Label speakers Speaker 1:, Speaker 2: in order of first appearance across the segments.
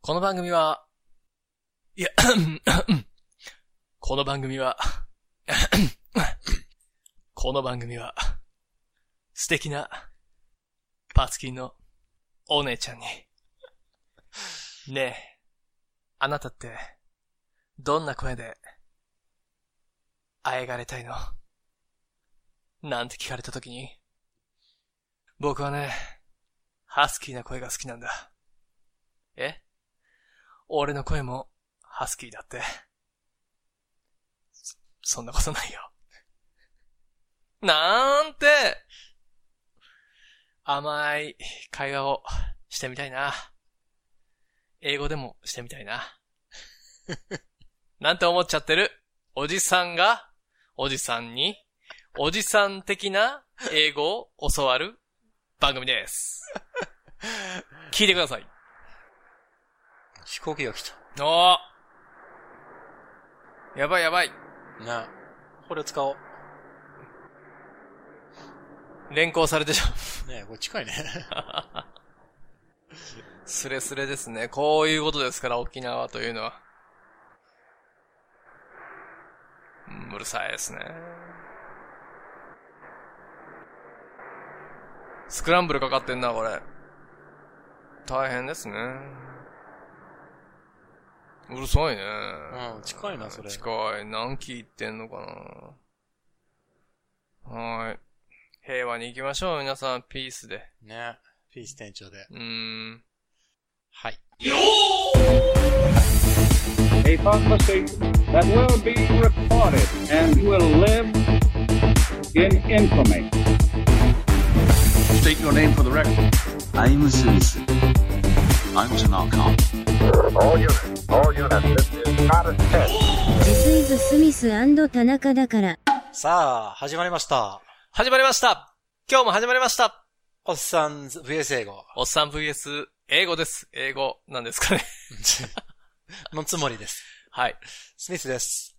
Speaker 1: この番組は、いや、この番組は、この番組は、素敵な、パツキンのお姉ちゃんに、ねえ、あなたって、どんな声で、あえがれたいのなんて聞かれたときに、僕はね、ハスキーな声が好きなんだ。え俺の声もハスキーだって。そ、そんなことないよ。なんて甘い会話をしてみたいな。英語でもしてみたいな。 なんて思っちゃってるおじさんが、おじさんに、おじさん的な英語を教わる番組です。聞いてください。
Speaker 2: 飛行機が来た。
Speaker 1: おーやばいやばい。
Speaker 2: なあ。これ使おう。
Speaker 1: 連行されてしまう。
Speaker 2: ねえ、これ近いね。
Speaker 1: スレスレですね。こういうことですから、沖縄というのは。うんうるさいですね。スクランブルかかってんな、これ。大変ですね。うるさいね。
Speaker 2: うん、近いな、それ。
Speaker 1: 近い。何期行ってんのかなはーい。平和に行きましょう、皆さん。ピースで。
Speaker 2: ねえ。ピース店長で。
Speaker 1: うーん。
Speaker 2: はい。
Speaker 3: a conversation that will be recorded and will live in infamy.
Speaker 4: State your name for the record.
Speaker 5: I'm Smith. I'm Tanaka.
Speaker 6: This is Smith and Tanaka だから。
Speaker 2: さあ、始まりました。
Speaker 1: 始まりました今日も始まりました
Speaker 2: おっさん VS 英語。
Speaker 1: おっさん VS 英語です。英語なんですかね
Speaker 2: のつもりです。
Speaker 1: はい。
Speaker 2: スミスです。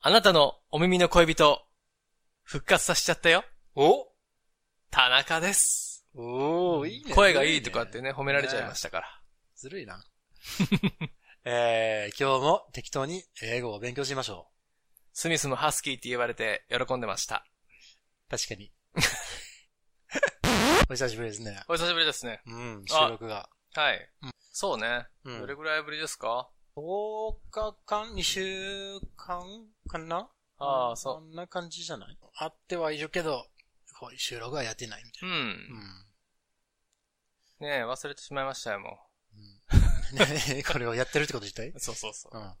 Speaker 1: あなたのお耳の恋人、復活させちゃったよ。
Speaker 2: お
Speaker 1: 田中です。
Speaker 2: おー、いいね。
Speaker 1: 声がいいとかって。ね、褒められちゃいましたから。
Speaker 2: ずるい な。えー、今日も適当に英語を勉強しましょ
Speaker 1: スミスもハスキーって言われて喜んでました。
Speaker 2: う。確 かに。お久しぶりですね。
Speaker 1: お久しぶりですね。
Speaker 2: うん、収
Speaker 1: あ
Speaker 2: 録が。
Speaker 1: はい。
Speaker 2: うん
Speaker 1: そうね。
Speaker 2: うん
Speaker 1: どれぐらいぶりですか
Speaker 2: 10日間、2週間かな
Speaker 1: ああ、そ
Speaker 2: そんな感じじゃないあってはいるけど、こういう収録はやってないみた
Speaker 1: う。う
Speaker 2: い
Speaker 1: ん。
Speaker 2: な。
Speaker 1: ねえ、忘れてしまいましたよ、も
Speaker 2: うん。ね これをやってるってこと自 体
Speaker 1: う。そうそうそう
Speaker 2: う。ん。ん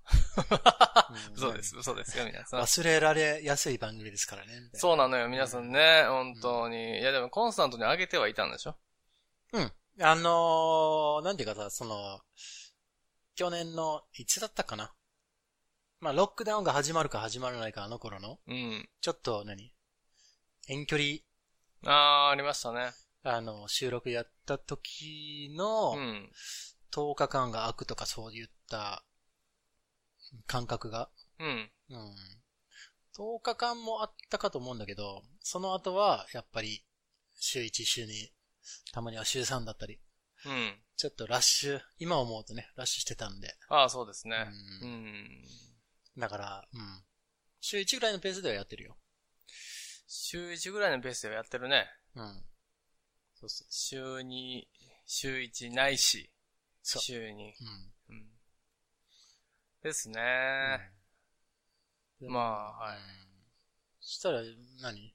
Speaker 1: 嘘です、嘘ですよ、皆さん。
Speaker 2: 忘れられやすい番組ですからね。みたい な
Speaker 1: そうなのよ、皆さんね、本当に。いや、でもコンスタントに上げてはいたんでしょ
Speaker 2: あのー、なんていうかさ、その、去年の、いつだったかなまあ、ロックダウンが始まるか始まらないか、あの頃の、
Speaker 1: うん。
Speaker 2: ちょっと何、遠距離、
Speaker 1: あー、ありましたね。
Speaker 2: あの、収録やった時の、
Speaker 1: うん。
Speaker 2: 10日間が空くとかそういった感覚が、
Speaker 1: うん。
Speaker 2: うん。10日間もあったかと思うんだけど、その後はやっぱり週1、週2、たまには週3だったり、
Speaker 1: うん。
Speaker 2: ちょっとラッシュ、今思うとね、ラッシュしてたんで、
Speaker 1: あー、そうです
Speaker 2: う。
Speaker 1: ね。うんん。
Speaker 2: だから、うん。週1ぐらいのペースではやってるよ。
Speaker 1: 週1ぐらいのペースではやってるね。
Speaker 2: うん。そうそう。
Speaker 1: 週2、週1ないし、
Speaker 2: そう
Speaker 1: 週2。
Speaker 2: うん。
Speaker 1: うん。ですね。
Speaker 2: うん
Speaker 1: まあ、はい。
Speaker 2: そしたら何、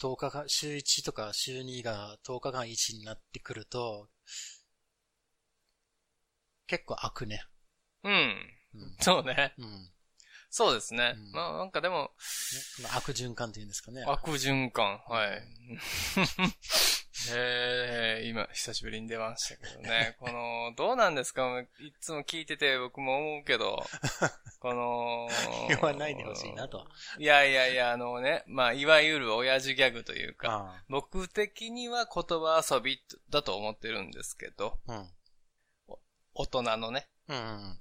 Speaker 2: ?10 日間、週1とか週2が10日間1になってくると、結構開くね。
Speaker 1: うん。
Speaker 2: うん。
Speaker 1: そうね。
Speaker 2: うん。ね
Speaker 1: そうですね。
Speaker 2: うん
Speaker 1: まあ、なんかでも、
Speaker 2: この開く循環っていうんですかね。
Speaker 1: 悪循環、はい。えー、今、久しぶりに出ましたけど ね。この、どうなんですかいつも聞いてて僕も思うけ ど、この、
Speaker 2: 言わないでほしいな。と。
Speaker 1: いやいやいや、あのね、まあ、いわゆる親父ギャグというか、
Speaker 2: あ
Speaker 1: 僕的には言葉遊びだと思ってるんですけど、
Speaker 2: あうん。
Speaker 1: 大人のね。
Speaker 2: うん。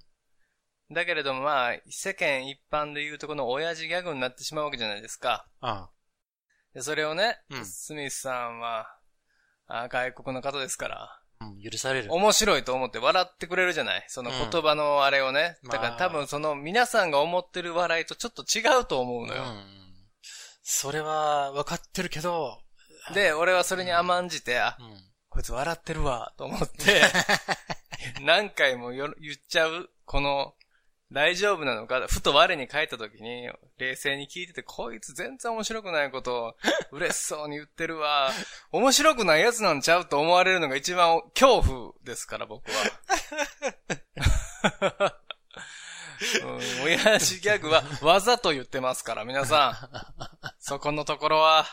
Speaker 1: だけれどもまあ、世間一般で言うとこの親父ギャグになってしまうわけじゃないですか。
Speaker 2: あ
Speaker 1: で、それをね、
Speaker 2: うん
Speaker 1: スミスさんは、あ外国の方ですから、
Speaker 2: あ。うん、許される。
Speaker 1: 面白いと思って笑ってくれるじゃないその言葉のあれをね。
Speaker 2: うん
Speaker 1: だから
Speaker 2: まあ
Speaker 1: 多分その皆さんが思ってる笑いとちょっと違うと思うの
Speaker 2: う
Speaker 1: よ。
Speaker 2: ん。それは、分かってるけど、
Speaker 1: で、俺はそれに甘んじて、あ
Speaker 2: う、ん。
Speaker 1: こいつ笑ってるわ、と思って、何回もよ言っちゃう、この、大丈夫なのか、ふと我に返った時に、冷静に聞いてて、こいつ全然面白くないことを、嬉しそうに言ってるわ。面白くないやつなんちゃうと思われるのが一番恐怖ですから、僕は。うん、親父ギャグはわざと言ってますから、皆さん。そこのところは、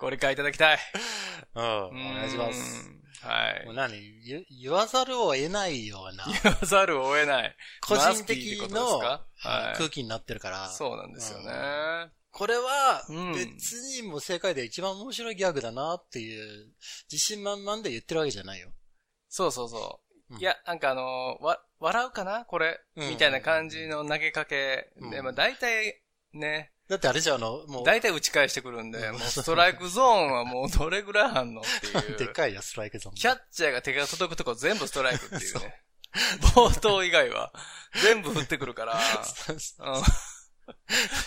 Speaker 1: ご理解いただきたい。
Speaker 2: うん。お
Speaker 1: うん
Speaker 2: 願いします。。
Speaker 1: はい
Speaker 2: もう。何言言わざるを得ない ような、
Speaker 1: 言わざるを得 ない。
Speaker 2: 個人的
Speaker 1: マスキーってこと
Speaker 2: の
Speaker 1: ですかはい
Speaker 2: 空気になってるから、
Speaker 1: そうなんですよね。
Speaker 2: これは
Speaker 1: うん、
Speaker 2: 別にもう世界で一番面白いギャグだなっていう、自信満々で言ってるわけじゃないよ。
Speaker 1: そうそうそうう。
Speaker 2: ん
Speaker 1: いや、なんかあのーわ、笑うかなこれ、
Speaker 2: うん
Speaker 1: みたいな感じの投げかけ。
Speaker 2: うん
Speaker 1: で、まあ大体、ね、
Speaker 2: だってあれじゃん、あの、もう、
Speaker 1: 大体打ち返してくるんで、
Speaker 2: うん
Speaker 1: もうストライクゾーンはもうどれぐらいあんの っていう。
Speaker 2: でっかいや、ストライクゾーン。
Speaker 1: キャッチャーが手が届くとこ全部ストライク っていうね。冒頭以外は、全部振ってくる から。うん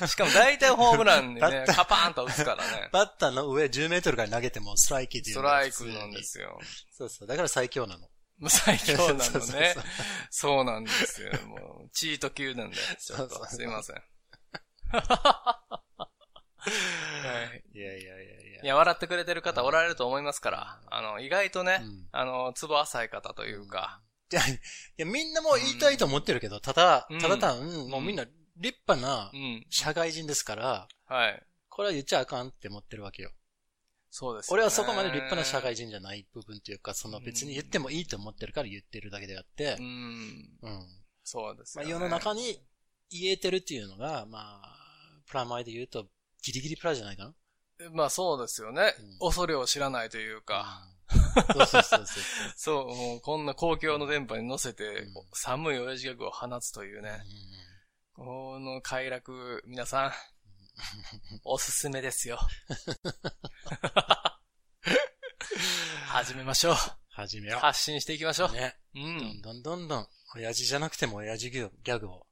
Speaker 1: しかも大体ホームランに
Speaker 2: バ
Speaker 1: ね
Speaker 2: ッタ、ー
Speaker 1: カパーンと打つからね。
Speaker 2: バッターの上10メートルから投げてもストライクって
Speaker 1: ス
Speaker 2: いう
Speaker 1: ト
Speaker 2: のが
Speaker 1: ラ
Speaker 2: 普
Speaker 1: イ
Speaker 2: 通
Speaker 1: ク
Speaker 2: に
Speaker 1: なんですよ。
Speaker 2: そうそう。だから最強なの。
Speaker 1: もう最強なの
Speaker 2: そうそうそう
Speaker 1: ね。そうなんですよ。もう、チート級なんで、ちょっ
Speaker 2: そうそ
Speaker 1: と、
Speaker 2: う
Speaker 1: すいません。はい。
Speaker 2: いやいやいやいや。
Speaker 1: いや、笑ってくれてる方おられると思いますから、あの、意外とね、
Speaker 2: うん
Speaker 1: あの、ツボ浅い方というか、
Speaker 2: いや、いやみんなもう言いたいと思ってるけど、ただ
Speaker 1: うん、
Speaker 2: ただ単、うんもうみんな立派な
Speaker 1: うん、
Speaker 2: 社外人ですから、
Speaker 1: はい。
Speaker 2: これは言っちゃあかんって思ってるわけよ。
Speaker 1: そうですよね、
Speaker 2: 俺はそこまで立派な社外人じゃない部分というか、その別に言ってもいいと思ってるから言ってるだけであって
Speaker 1: う、ん、
Speaker 2: うん。
Speaker 1: そうです
Speaker 2: まあ
Speaker 1: よ、ね。
Speaker 2: 世の中に言えてるっていうのが、まあ、プラマイで言うと、ギリギリプラじゃないかな。
Speaker 1: まあそうですよね。
Speaker 2: うん
Speaker 1: 恐れを知らないというか、
Speaker 2: うん。そうそうそ うそう。
Speaker 1: そう、もうこんな公共の電波に乗せて、
Speaker 2: ん
Speaker 1: 寒い親父ギャグを放つというね、この快楽、皆 さん、おすすめですよ。始めましょう。
Speaker 2: 始めよ
Speaker 1: 発信していきましょう
Speaker 2: う。。ね。
Speaker 1: う
Speaker 2: ど
Speaker 1: ん
Speaker 2: ん。どんどんどん、親父じゃなくても親父ギャグを、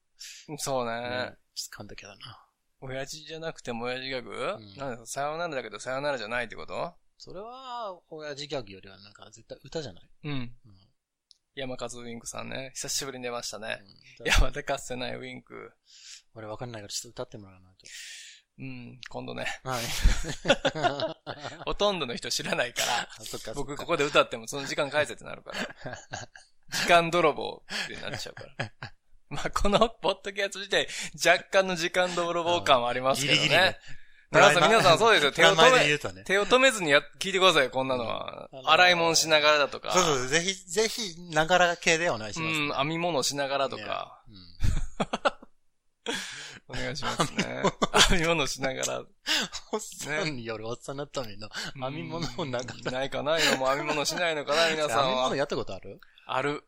Speaker 1: そうね。
Speaker 2: ね、掴んだけどな。
Speaker 1: 親父じゃなくても親父ギャグ、
Speaker 2: ん
Speaker 1: なんださよならだけどさよならじゃないってこと
Speaker 2: それは、親父ギャグよりはなんか絶対歌じゃない、
Speaker 1: うん。
Speaker 2: うん
Speaker 1: 山和ウィンクさんね。久しぶりに出ましたね。
Speaker 2: うん
Speaker 1: 山田かつてないウィンク。
Speaker 2: 俺わかんないからちょっと歌ってもらわない
Speaker 1: うん、今度ね。
Speaker 2: と。 はい。
Speaker 1: ほとんどの人知らないから。
Speaker 2: あそっか
Speaker 1: 僕こ
Speaker 2: こ。
Speaker 1: こで歌ってもその時間返せってなるから。 時間泥棒ってなっちゃうから。まあ、このポッドキャスト自体、若干の時間泥棒感はありますけどね。
Speaker 2: ギリギリね
Speaker 1: 皆さん、皆さんそうですよ。手を
Speaker 2: 名
Speaker 1: 止
Speaker 2: 前で言
Speaker 1: め、
Speaker 2: うとね。
Speaker 1: 手を止めずにや、聞いてくださいよ、こんなのは
Speaker 2: うんあ。のー
Speaker 1: 洗い物しながらだとか
Speaker 2: そ、うそう、ぜひ、ぜひ、ながら系でお願いし
Speaker 1: う
Speaker 2: ます。
Speaker 1: ん、編み物しながらとか、
Speaker 2: うん。
Speaker 1: お願いしますね。編み物しながら。
Speaker 2: おっさんによるおっさんのための 編み物をながら。
Speaker 1: ないかな今もう編み物しないのか な皆さん
Speaker 2: 編み物
Speaker 1: は。
Speaker 2: やったことある
Speaker 1: ある。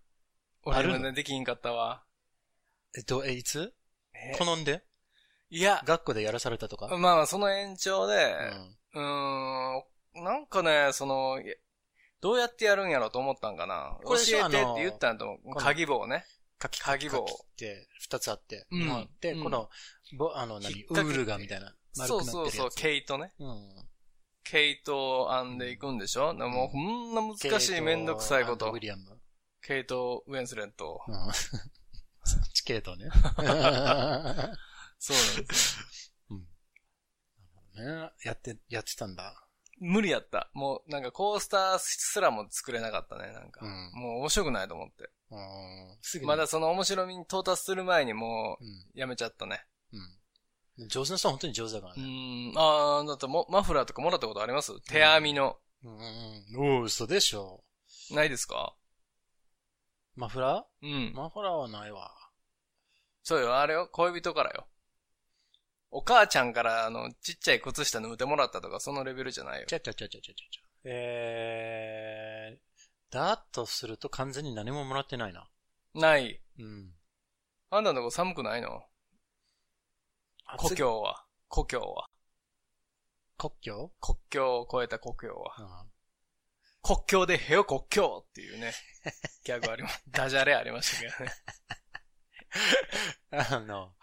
Speaker 2: ある
Speaker 1: 俺もね、できんかったわ。
Speaker 2: えっと、え、いつ
Speaker 1: え
Speaker 2: 好んで
Speaker 1: いや、
Speaker 2: 学校でやらされたとか
Speaker 1: まあまあ、その延長で、
Speaker 2: うん
Speaker 1: うーん、なんかね、その、いやどうやってやるんやろうと思ったんかな。教
Speaker 2: これでしょ
Speaker 1: えてっ
Speaker 2: あの
Speaker 1: て言ったんと思う、
Speaker 2: この
Speaker 1: 鍵棒ね。
Speaker 2: カキ
Speaker 1: 鍵棒
Speaker 2: カキって、二つあって、
Speaker 1: うん
Speaker 2: 日本あって、
Speaker 1: うん
Speaker 2: この、ぼ、あの、何、
Speaker 1: 引っ
Speaker 2: ウ
Speaker 1: 掛けて
Speaker 2: ールがみたいな。
Speaker 1: そ
Speaker 2: 丸く
Speaker 1: う
Speaker 2: なってるやつ
Speaker 1: そうそう、毛糸ね。
Speaker 2: うん。
Speaker 1: 毛糸を編んでいくんでしょ、でも、こんな難しいめんどくさいこ
Speaker 2: ケイトアン
Speaker 1: と
Speaker 2: ドウィ。リアム。
Speaker 1: 毛糸ウェンスレット。
Speaker 2: うん。 チケートね。
Speaker 1: そうなん です。
Speaker 2: ねやって、やってたんだ。
Speaker 1: 無理やった。もう、なんかコースターすらも作れなかったね、なんか。
Speaker 2: うん
Speaker 1: もう面白くないと思って。
Speaker 2: うん。すぐに
Speaker 1: まだ、その面白みに到達する前にも
Speaker 2: うん。
Speaker 1: う、やめちゃったね。
Speaker 2: うん。上手な人は本当に上手だから
Speaker 1: う
Speaker 2: ね。
Speaker 1: ん、あー、だってもマフラーとかもらったことあります手編みの。
Speaker 2: うん。うん。おう、嘘でしょ。
Speaker 1: ないですか
Speaker 2: マフラ
Speaker 1: うん
Speaker 2: ー。マフラーはないわ。
Speaker 1: そうよ、あれよ、恋人からよ。お母ちゃんから、あの、ちっちゃい靴下縫ってもらったとか、そのレベルじゃないよ
Speaker 2: ち。ゃちゃちゃちゃちゃちゃちゃ。えー、だとすると完全に何ももらってないな。
Speaker 1: ない。
Speaker 2: うん。
Speaker 1: あんたのとこ寒くないの故
Speaker 2: 国境。
Speaker 1: 郷は。故郷は。
Speaker 2: 国境
Speaker 1: 国境を越えた故郷は。
Speaker 2: うん。
Speaker 1: 国境でへよ国境っていうね、ギャグ あります。ダジャレありましたけどね。
Speaker 2: あの、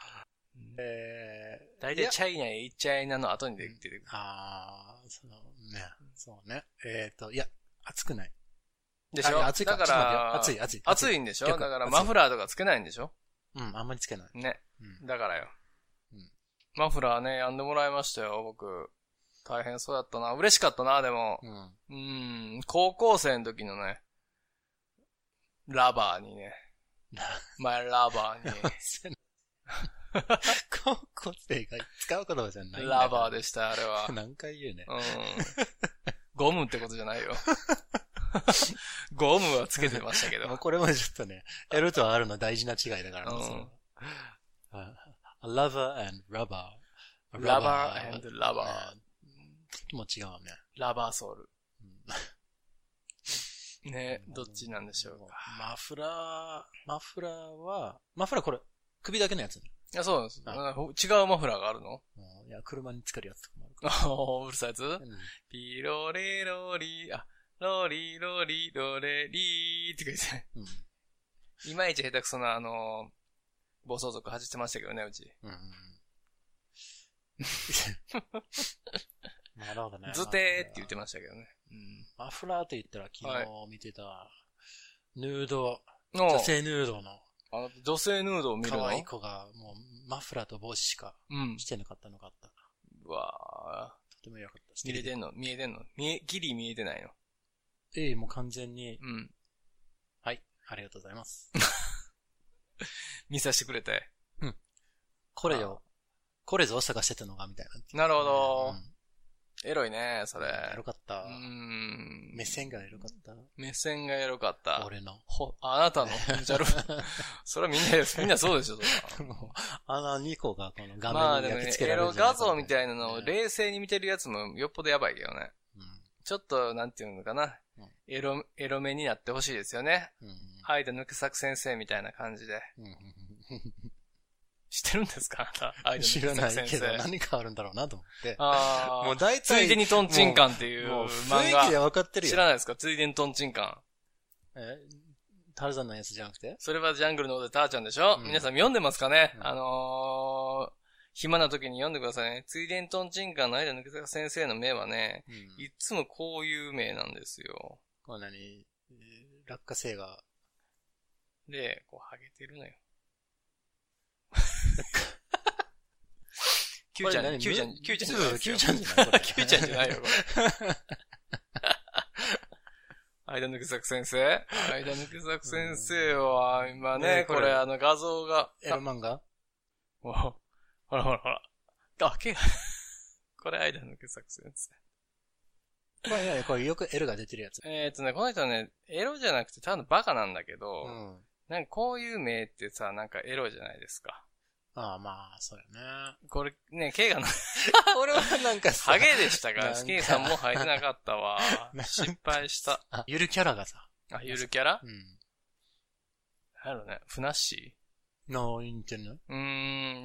Speaker 2: えー、
Speaker 1: 大
Speaker 2: い
Speaker 1: 体
Speaker 2: や
Speaker 1: チャイナへ行っちゃいなの後に出てくる。
Speaker 2: あー、そのね、そうね。えっ、と、いや、暑くない。
Speaker 1: でしょ
Speaker 2: あ暑いか
Speaker 1: だから、
Speaker 2: ちょっと待ってよ暑い、暑い。
Speaker 1: 暑
Speaker 2: い。
Speaker 1: いんでしょだ
Speaker 2: 逆
Speaker 1: から
Speaker 2: 暑い
Speaker 1: マフラーとかつけないんでしょ
Speaker 2: うん、あんまりつけない。
Speaker 1: ね。
Speaker 2: うん。
Speaker 1: だからよ
Speaker 2: うん。
Speaker 1: マフラーね、やんでもらいましたよ、僕。大変そうだったな。嬉しかったな、でも。
Speaker 2: うん。
Speaker 1: うーん、高校生の時のね、ラバーに ね、前ラバーに、
Speaker 2: 高校生が使う言葉じゃないんだから
Speaker 1: ラバーでした、あれ は。
Speaker 2: 何回言うね。
Speaker 1: うん。ゴムってことじゃないよ。 ゴムはつけてましたけど。
Speaker 2: もうこれもちょっとね、L と R の大事な違いだから
Speaker 1: うん
Speaker 2: ね。そのあ A lover and rubber. A
Speaker 1: ラバー and ラバー。
Speaker 2: ー。もう違うね。
Speaker 1: ラバーソール。
Speaker 2: うん
Speaker 1: ね、どっちなんでしょうか。
Speaker 2: マフラー、マフラーは、マフラーこれ、首だけのやつね。
Speaker 1: いや、そうなんです。
Speaker 2: あ
Speaker 1: なんか違うマフラーがあるの
Speaker 2: うんいや、車につけるやつとかもあるか
Speaker 1: あーうるさいやつ
Speaker 2: ら。
Speaker 1: ピロレロリ、あ、ロリロリロレリーって書いてない。
Speaker 2: うん。
Speaker 1: いまいち下手くそな、あのー暴走族走ってましたけどね、うち。
Speaker 2: うん。なるほ どね。
Speaker 1: ずてーって言ってましたけどね。
Speaker 2: マフラーと言ったら昨
Speaker 1: は
Speaker 2: 日
Speaker 1: い
Speaker 2: 見てた、ヌード、
Speaker 1: の
Speaker 2: 女性ヌードの
Speaker 1: あの女性ヌードを見るの
Speaker 2: 可愛い子がもうマフラーと帽子しか
Speaker 1: うん。
Speaker 2: してなかったのがあった。
Speaker 1: うわ
Speaker 2: とても良かったです
Speaker 1: ー見れてんの見えてんの見え、ギリ見えてないの。
Speaker 2: ええ、もう完全に、
Speaker 1: うん。
Speaker 2: はい、ありがとうございます。
Speaker 1: 見させてくれて。
Speaker 2: これよ、これぞ大阪してたのが、みたいな。
Speaker 1: なるほど。
Speaker 2: うん
Speaker 1: エロいね、それ。
Speaker 2: エロかった
Speaker 1: う。ーん。
Speaker 2: 目線がエロかっ。
Speaker 1: 目線がエロかったた。
Speaker 2: 俺の。
Speaker 1: ほ、あなたの、め ちゃろ。それはみんなです。みんなそうでしょ、それは
Speaker 2: もうあの2個がこの
Speaker 1: ま
Speaker 2: 画
Speaker 1: あ
Speaker 2: 面
Speaker 1: で
Speaker 2: に
Speaker 1: も
Speaker 2: 焼き
Speaker 1: ね、
Speaker 2: 付け
Speaker 1: エ
Speaker 2: られ
Speaker 1: ロ
Speaker 2: るじゃな
Speaker 1: 画
Speaker 2: いかな。
Speaker 1: 像みたいなのを
Speaker 2: ね
Speaker 1: 冷静に見てるやつもよっぽどやばいけどね。ちょっと、なんていうのかな
Speaker 2: うん。
Speaker 1: エロ、エロ目になってほしいですよね。
Speaker 2: うん。
Speaker 1: はい、で、抜け作先生みたいな感じで。
Speaker 2: うんうん
Speaker 1: 知ってるんですかあなた。
Speaker 2: う
Speaker 1: ア
Speaker 2: ん
Speaker 1: イ
Speaker 2: 知らない けど、
Speaker 1: あ
Speaker 2: 何かあるんだろうなと思って。
Speaker 1: あー。
Speaker 2: もう大
Speaker 1: つい
Speaker 2: 体、
Speaker 1: でにトンチンカンっていう
Speaker 2: もう
Speaker 1: 漫
Speaker 2: 雰囲気で
Speaker 1: 画。
Speaker 2: 分かってる
Speaker 1: 知
Speaker 2: よ。
Speaker 1: らないですかついでにトンチンカン。
Speaker 2: えタルザンのやつじゃなくて
Speaker 1: それはジャングルの王でターちゃんでしょ、
Speaker 2: うん
Speaker 1: 皆さん読んでますかね、
Speaker 2: うん
Speaker 1: あのー、暇な時に読んでくださいね。ついでにトンチンカンの間抜け作先生の目はね、
Speaker 2: うん
Speaker 1: いっつもこういう目なんですよ。
Speaker 2: こんなに、えー落花生が、
Speaker 1: で、こう、ハゲてるの よ。キューちゃん、キューちゃん、キューちゃんじゃないです
Speaker 2: キュ
Speaker 1: よ。
Speaker 2: ーちゃんじゃないこれ
Speaker 1: キューちゃんじゃないよ、これ。 間抜け作先生間抜け作先生は、今
Speaker 2: ね
Speaker 1: ね、
Speaker 2: こ
Speaker 1: こ
Speaker 2: れ
Speaker 1: れ、あの、画像が、
Speaker 2: エ
Speaker 1: あ
Speaker 2: ロ漫画
Speaker 1: ほらほらほらほら。あ、け、 これ、間抜け作先生。
Speaker 2: これね、これよく L が出てるやつ。
Speaker 1: えっとね、この人ね、エロじゃなくて、ただのバカなんだけど、
Speaker 2: うん。
Speaker 1: なんかこういう目ってさ、なんかエロじゃないですか。
Speaker 2: ああ、まあ、そう やね。
Speaker 1: これ、ね、毛がない
Speaker 2: 俺はなんか
Speaker 1: ハゲでしたか
Speaker 2: なん
Speaker 1: ら、
Speaker 2: か
Speaker 1: スケーさんも履いてなかったわ
Speaker 2: なん。か
Speaker 1: 失敗した。
Speaker 2: あ、 ゆるキャラがさ、
Speaker 1: あ、ゆるキャラ
Speaker 2: うん。
Speaker 1: なんやろね。ふなっし
Speaker 2: の、似てるの
Speaker 1: ーうー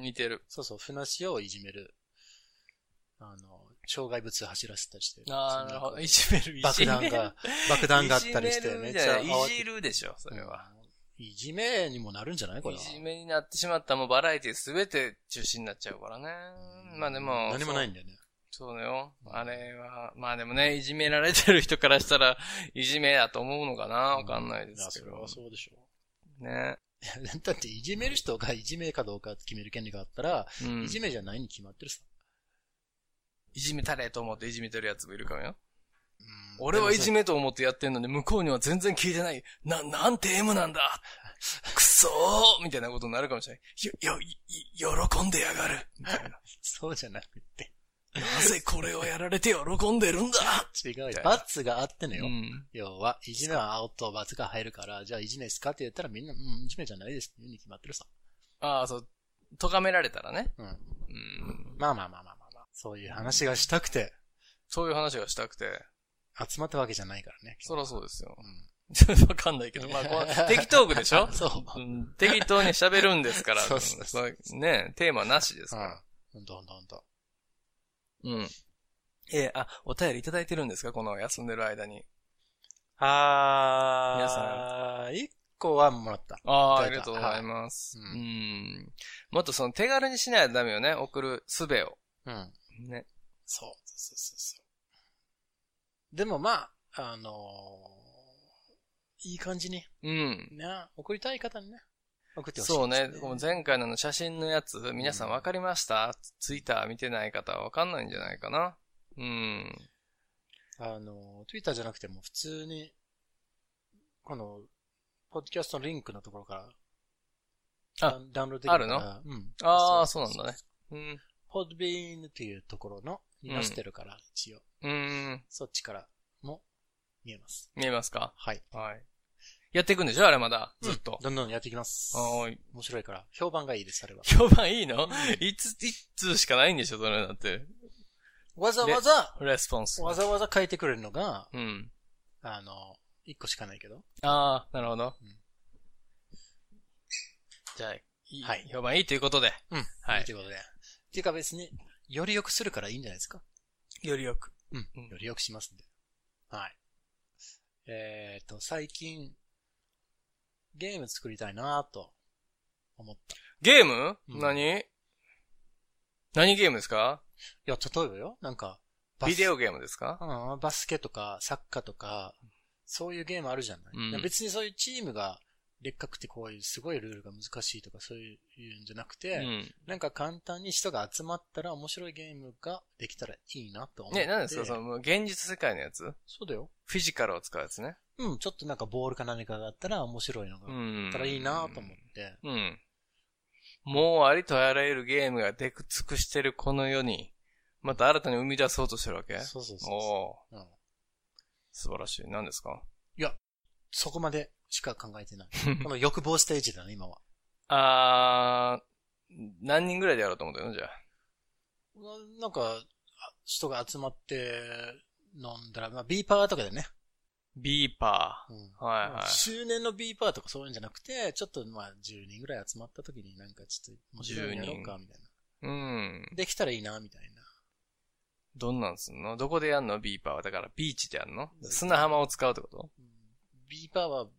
Speaker 1: ん、似てる。
Speaker 2: そうそう、船足をいじめる。あの、障害物走らせたりして。
Speaker 1: あーなるほど。いじめる、い
Speaker 2: 爆
Speaker 1: じめる。
Speaker 2: 弾が、爆弾があったりして、め
Speaker 1: め
Speaker 2: っ
Speaker 1: ち
Speaker 2: ちゃ
Speaker 1: ゃ。
Speaker 2: 慌
Speaker 1: い
Speaker 2: て
Speaker 1: じるでしょ、それは。。
Speaker 2: うんいじめにもなるんじゃないこれ
Speaker 1: い
Speaker 2: は。
Speaker 1: じめになってしまったらもうバラエティすべて中止になっちゃうからね。まあでも。
Speaker 2: 何もないんだよね。
Speaker 1: そう。そうだよ。あれは、まあでもね、いじめられてる人からしたら、いじめだと思うのかなわかんないですけ
Speaker 2: いやそれ
Speaker 1: ど
Speaker 2: は。そうでしょ
Speaker 1: ね。
Speaker 2: う。いやだって、いじめる人がいじめかどうかって決める権利があったら、
Speaker 1: うん
Speaker 2: いじめじゃないに決まってるさ。
Speaker 1: いじめたれと思っていじめてるやつもいるかもよ。俺はいじめと思ってやってんのに、向こうには全然聞いてない。な、なんて M なんだくそーみたいなことになるかもしれない。よ、よ、い喜んでやがるみたいな。
Speaker 2: そうじゃなくて。
Speaker 1: なぜこれをやられて喜んでるんだ
Speaker 2: 違うよ
Speaker 1: みたい。な
Speaker 2: 罰があっての
Speaker 1: う
Speaker 2: よ。
Speaker 1: ん。
Speaker 2: 要は、いじめは青と罰が入るから、じゃあいじめですかって言ったらみんな、うん、いじめじゃないですって言うに決まってるさ。
Speaker 1: ああ、そう、咎められたらね。
Speaker 2: うん。
Speaker 1: うん。
Speaker 2: まあまあまあまあまあまあ。そういう話がしたくて、
Speaker 1: そういう話がしたくて。
Speaker 2: 集まったわけじゃないからね。
Speaker 1: そらそうですよ
Speaker 2: う。ん。
Speaker 1: わかんないけど、まあ、こ う適当句でしょ
Speaker 2: そう。
Speaker 1: うん適当に喋るんですから。
Speaker 2: そうそうそ
Speaker 1: そうね、テーマなしですから。
Speaker 2: うん。どんどんどん。
Speaker 1: うん。えーあ、お便りいただいてるんですかこの休んでる間に。
Speaker 2: 皆
Speaker 1: 皆
Speaker 2: さん。一個はもらった。
Speaker 1: ああ、あ
Speaker 2: いただいた
Speaker 1: りがとうございます。
Speaker 2: は
Speaker 1: う。
Speaker 2: いうん
Speaker 1: もっとその手軽にしないとダメよね。送る術を。
Speaker 2: うん。
Speaker 1: ね。
Speaker 2: そう、そうそうそう。でもまあ、あのーいい感じに、
Speaker 1: うん。
Speaker 2: ね、送りたい方にね、送ってほしい、
Speaker 1: そうね。この前回のあの写真のやつ、皆さん
Speaker 2: うん
Speaker 1: わかりました、ツイッター見てない方はわかんないんじゃないかな。うん。
Speaker 2: あの、Twitter じゃなくても普通に、この、ポッドキャストのリンクのところから、
Speaker 1: あ
Speaker 2: ダウン、ダウンロードできるから。
Speaker 1: あ
Speaker 2: るのうん。
Speaker 1: ああ、そうなんだね。。うん。
Speaker 2: ポッドビーンっていうところの、に載せてるから、一応。
Speaker 1: うん。
Speaker 2: そっちからも見えます。
Speaker 1: 見えますか
Speaker 2: はい。
Speaker 1: はい。やっていくんでしょあれまだ。ずっと。
Speaker 2: どんどんやっていきます。
Speaker 1: はーい。
Speaker 2: 面白いから、評判がいいです、あれは。
Speaker 1: 評判いいのいつ、いつしかないんでしょそれだって。
Speaker 2: わざわざ、
Speaker 1: レスポンス。
Speaker 2: わざわざ書いてくれるのが、
Speaker 1: うん。
Speaker 2: あの、一個しかないけど。
Speaker 1: ああ、なるほど
Speaker 2: うん。
Speaker 1: じゃあ、いい
Speaker 2: はい
Speaker 1: 評判いいということで。
Speaker 2: うん。
Speaker 1: はい
Speaker 2: ということで。っていうか別に、より良くするからいいんじゃないですか。
Speaker 1: よりよく。
Speaker 2: うん
Speaker 1: うん。
Speaker 2: より良くしますんで。はい。えっ、と、最近、ゲーム作りたいなぁと思った。い
Speaker 1: ゲーム、
Speaker 2: うん
Speaker 1: 何何ゲームですか
Speaker 2: や、例えばよ、なんか、
Speaker 1: ビデ
Speaker 2: オ、
Speaker 1: オゲームですか
Speaker 2: うん、バスケとか、サッカーとか、そういうゲームあるじゃない、
Speaker 1: うん
Speaker 2: 別にそういうチームが、でっかくてこういうすごいルールが難しいとかそういうんじゃなくて、
Speaker 1: うん。
Speaker 2: なんか簡単に人が集まったら面白いゲームができたらいいなと思って。
Speaker 1: ね、何ですかその、もう現実世界のやつ
Speaker 2: そうだよ。
Speaker 1: フィジカルを使うやつね。
Speaker 2: うん、ちょっとなんかボールか何かがあったら面白いのが
Speaker 1: う
Speaker 2: あ
Speaker 1: ん。
Speaker 2: ったらいいなと思って。
Speaker 1: うん。もうありとあらゆるゲームが出尽くしてるこの世に、また新たに生み出そうとしてるわけ
Speaker 2: そうそうそう
Speaker 1: お
Speaker 2: そ
Speaker 1: おー
Speaker 2: う、うん。
Speaker 1: 素晴らしい。何ですか
Speaker 2: そこまでしか考えて ない。この欲望ステージだね、今は。
Speaker 1: あー、何人ぐらいでやろうと思ったのじゃあ。
Speaker 2: うんなんか、あ人が集まって飲んだら、まあ、ビーパーとかでね。
Speaker 1: ビーパ
Speaker 2: うん
Speaker 1: ー。はいはい。
Speaker 2: 周年のビーパーとかそういうんじゃなくて、ちょっとまあ10人ぐらい集まった時になんかちょっと面白いのやろうか、みたいな。
Speaker 1: うん。
Speaker 2: できたらいいな、みたいな。
Speaker 1: どんなんすんのどこでやんのビーパーは。だからビーチでやんの砂浜を使うってこと
Speaker 2: うんビーパーは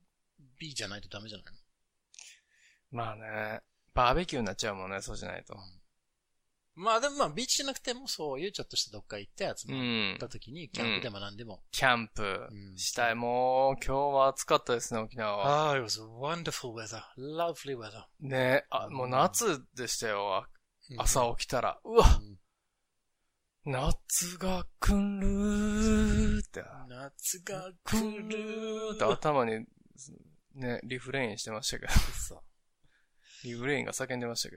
Speaker 2: B じゃないとダメじゃないの
Speaker 1: まあね。バーベキューになっちゃうもんね、そうじゃないと。
Speaker 2: まあでもまあビーチじゃなくてもそういうちょっとしたどっか行って集
Speaker 1: う
Speaker 2: まっ
Speaker 1: ん。
Speaker 2: た時に、キャンプでも何でも。
Speaker 1: キャンプ
Speaker 2: うん
Speaker 1: したい。もう、今日は暑かったですね、沖縄は。
Speaker 2: ああ、it was wonderful weather. Lovely weather.
Speaker 1: ねあ、もう夏でしたよ、朝起きたら。う
Speaker 2: う
Speaker 1: わ
Speaker 2: ん
Speaker 1: 夏が来るーって。
Speaker 2: 夏が来
Speaker 1: 来
Speaker 2: る
Speaker 1: るーって
Speaker 2: だ
Speaker 1: 頭に、ね、リフレインしてましたけど。
Speaker 2: さ。
Speaker 1: リフレインが叫んでましたけ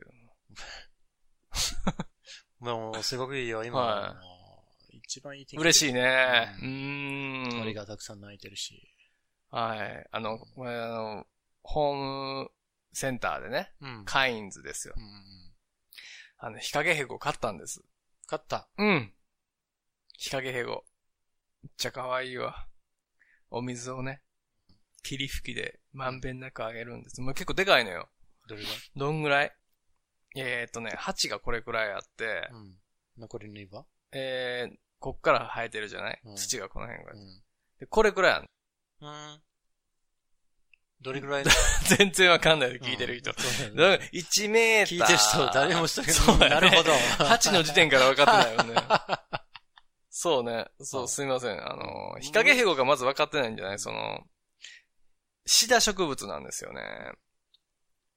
Speaker 1: ど。
Speaker 2: もう、すごくいいよ、今。
Speaker 1: はい
Speaker 2: もう一番いい天気。
Speaker 1: 嬉しい
Speaker 2: ね。
Speaker 1: ね。う
Speaker 2: う
Speaker 1: ーん。
Speaker 2: 鳥がたくさん鳴いてるし。
Speaker 1: はい。あの、これあの、ホームセンターでね、
Speaker 2: うん
Speaker 1: カインズですよ
Speaker 2: う。んうん。
Speaker 1: あの、ヒカゲヘゴ買ったんです。
Speaker 2: 勝った。
Speaker 1: うん。日陰ヘゴ。めっちゃ可愛いわ。お水をね、霧吹きでまんべんなくあげるんです。もう結構でかいのよ。
Speaker 2: どれが
Speaker 1: どんぐらいえー、っとね、鉢がこれくらいあって、
Speaker 2: うん。残りの岩
Speaker 1: えー、こっから生えてるじゃない、
Speaker 2: うん
Speaker 1: 土がこの辺が、
Speaker 2: うん。
Speaker 1: で、これくらいある
Speaker 2: うん。どれぐらい
Speaker 1: 全然わかんないで聞いてる人。 だから1メーター。
Speaker 2: 聞いてる人、誰も一人
Speaker 1: そう
Speaker 2: も。
Speaker 1: だね
Speaker 2: なるほど。
Speaker 1: 8の時点から分かってないよ ね。そうね。そう、すいません。あの、
Speaker 2: うん
Speaker 1: ヒカゲヘゴがまず分かってないんじゃないその、シダ植物なんですよね。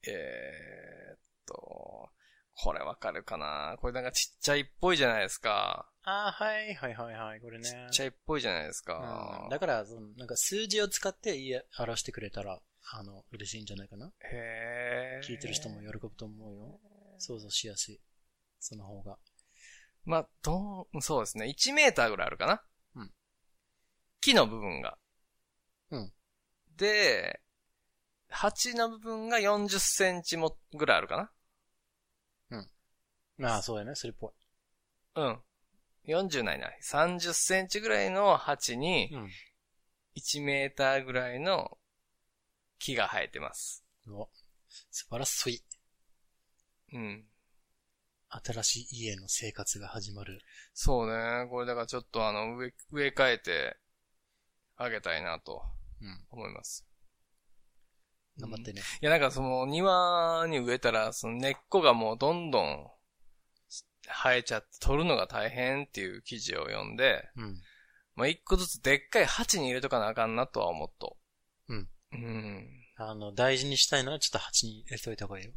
Speaker 1: えー、っと、これ分かるかなこれなんかちっちゃいっぽいじゃないですか。
Speaker 2: あーはい、はい、はい、はい、これね。
Speaker 1: ちっちゃいっぽいじゃないです
Speaker 2: う
Speaker 1: か
Speaker 2: ん。だから、そのなんか数字を使って言い表してくれたら、あの、嬉しいんじゃないかな。
Speaker 1: へー
Speaker 2: 聞いてる人も喜ぶと思うよ。想像しやすい。その方が。
Speaker 1: まあ、どん、そうですね。1メーターぐらいあるかな。
Speaker 2: うん
Speaker 1: 木の部分が。
Speaker 2: うん
Speaker 1: で、鉢の部分が40センチも、ぐらいあるか
Speaker 2: まあ、そうやね。それっぽ
Speaker 1: な。うん。40ないな。30センチぐらいの鉢
Speaker 2: い。
Speaker 1: に、
Speaker 2: ん。
Speaker 1: 1メーターぐらいの木が生えてます。
Speaker 2: お素晴らしい。
Speaker 1: うん。
Speaker 2: 新しい家の生活が始まる。
Speaker 1: そうね。これだからちょっとあの、植え、植え替えてあげたいなと。
Speaker 2: うん。
Speaker 1: 思います。
Speaker 2: 頑張ってね。
Speaker 1: いや、なんかその庭に植えたら、その根っこがもうどんどん生えちゃって取るのが大変っていう記事を読んで、
Speaker 2: うん。
Speaker 1: まあ、一個ずつでっかい鉢に入れとかなあかんなとは思っと。
Speaker 2: うん。
Speaker 1: うん。
Speaker 2: あの、大事にしたいならちょっと鉢に入れといた方がいいよ。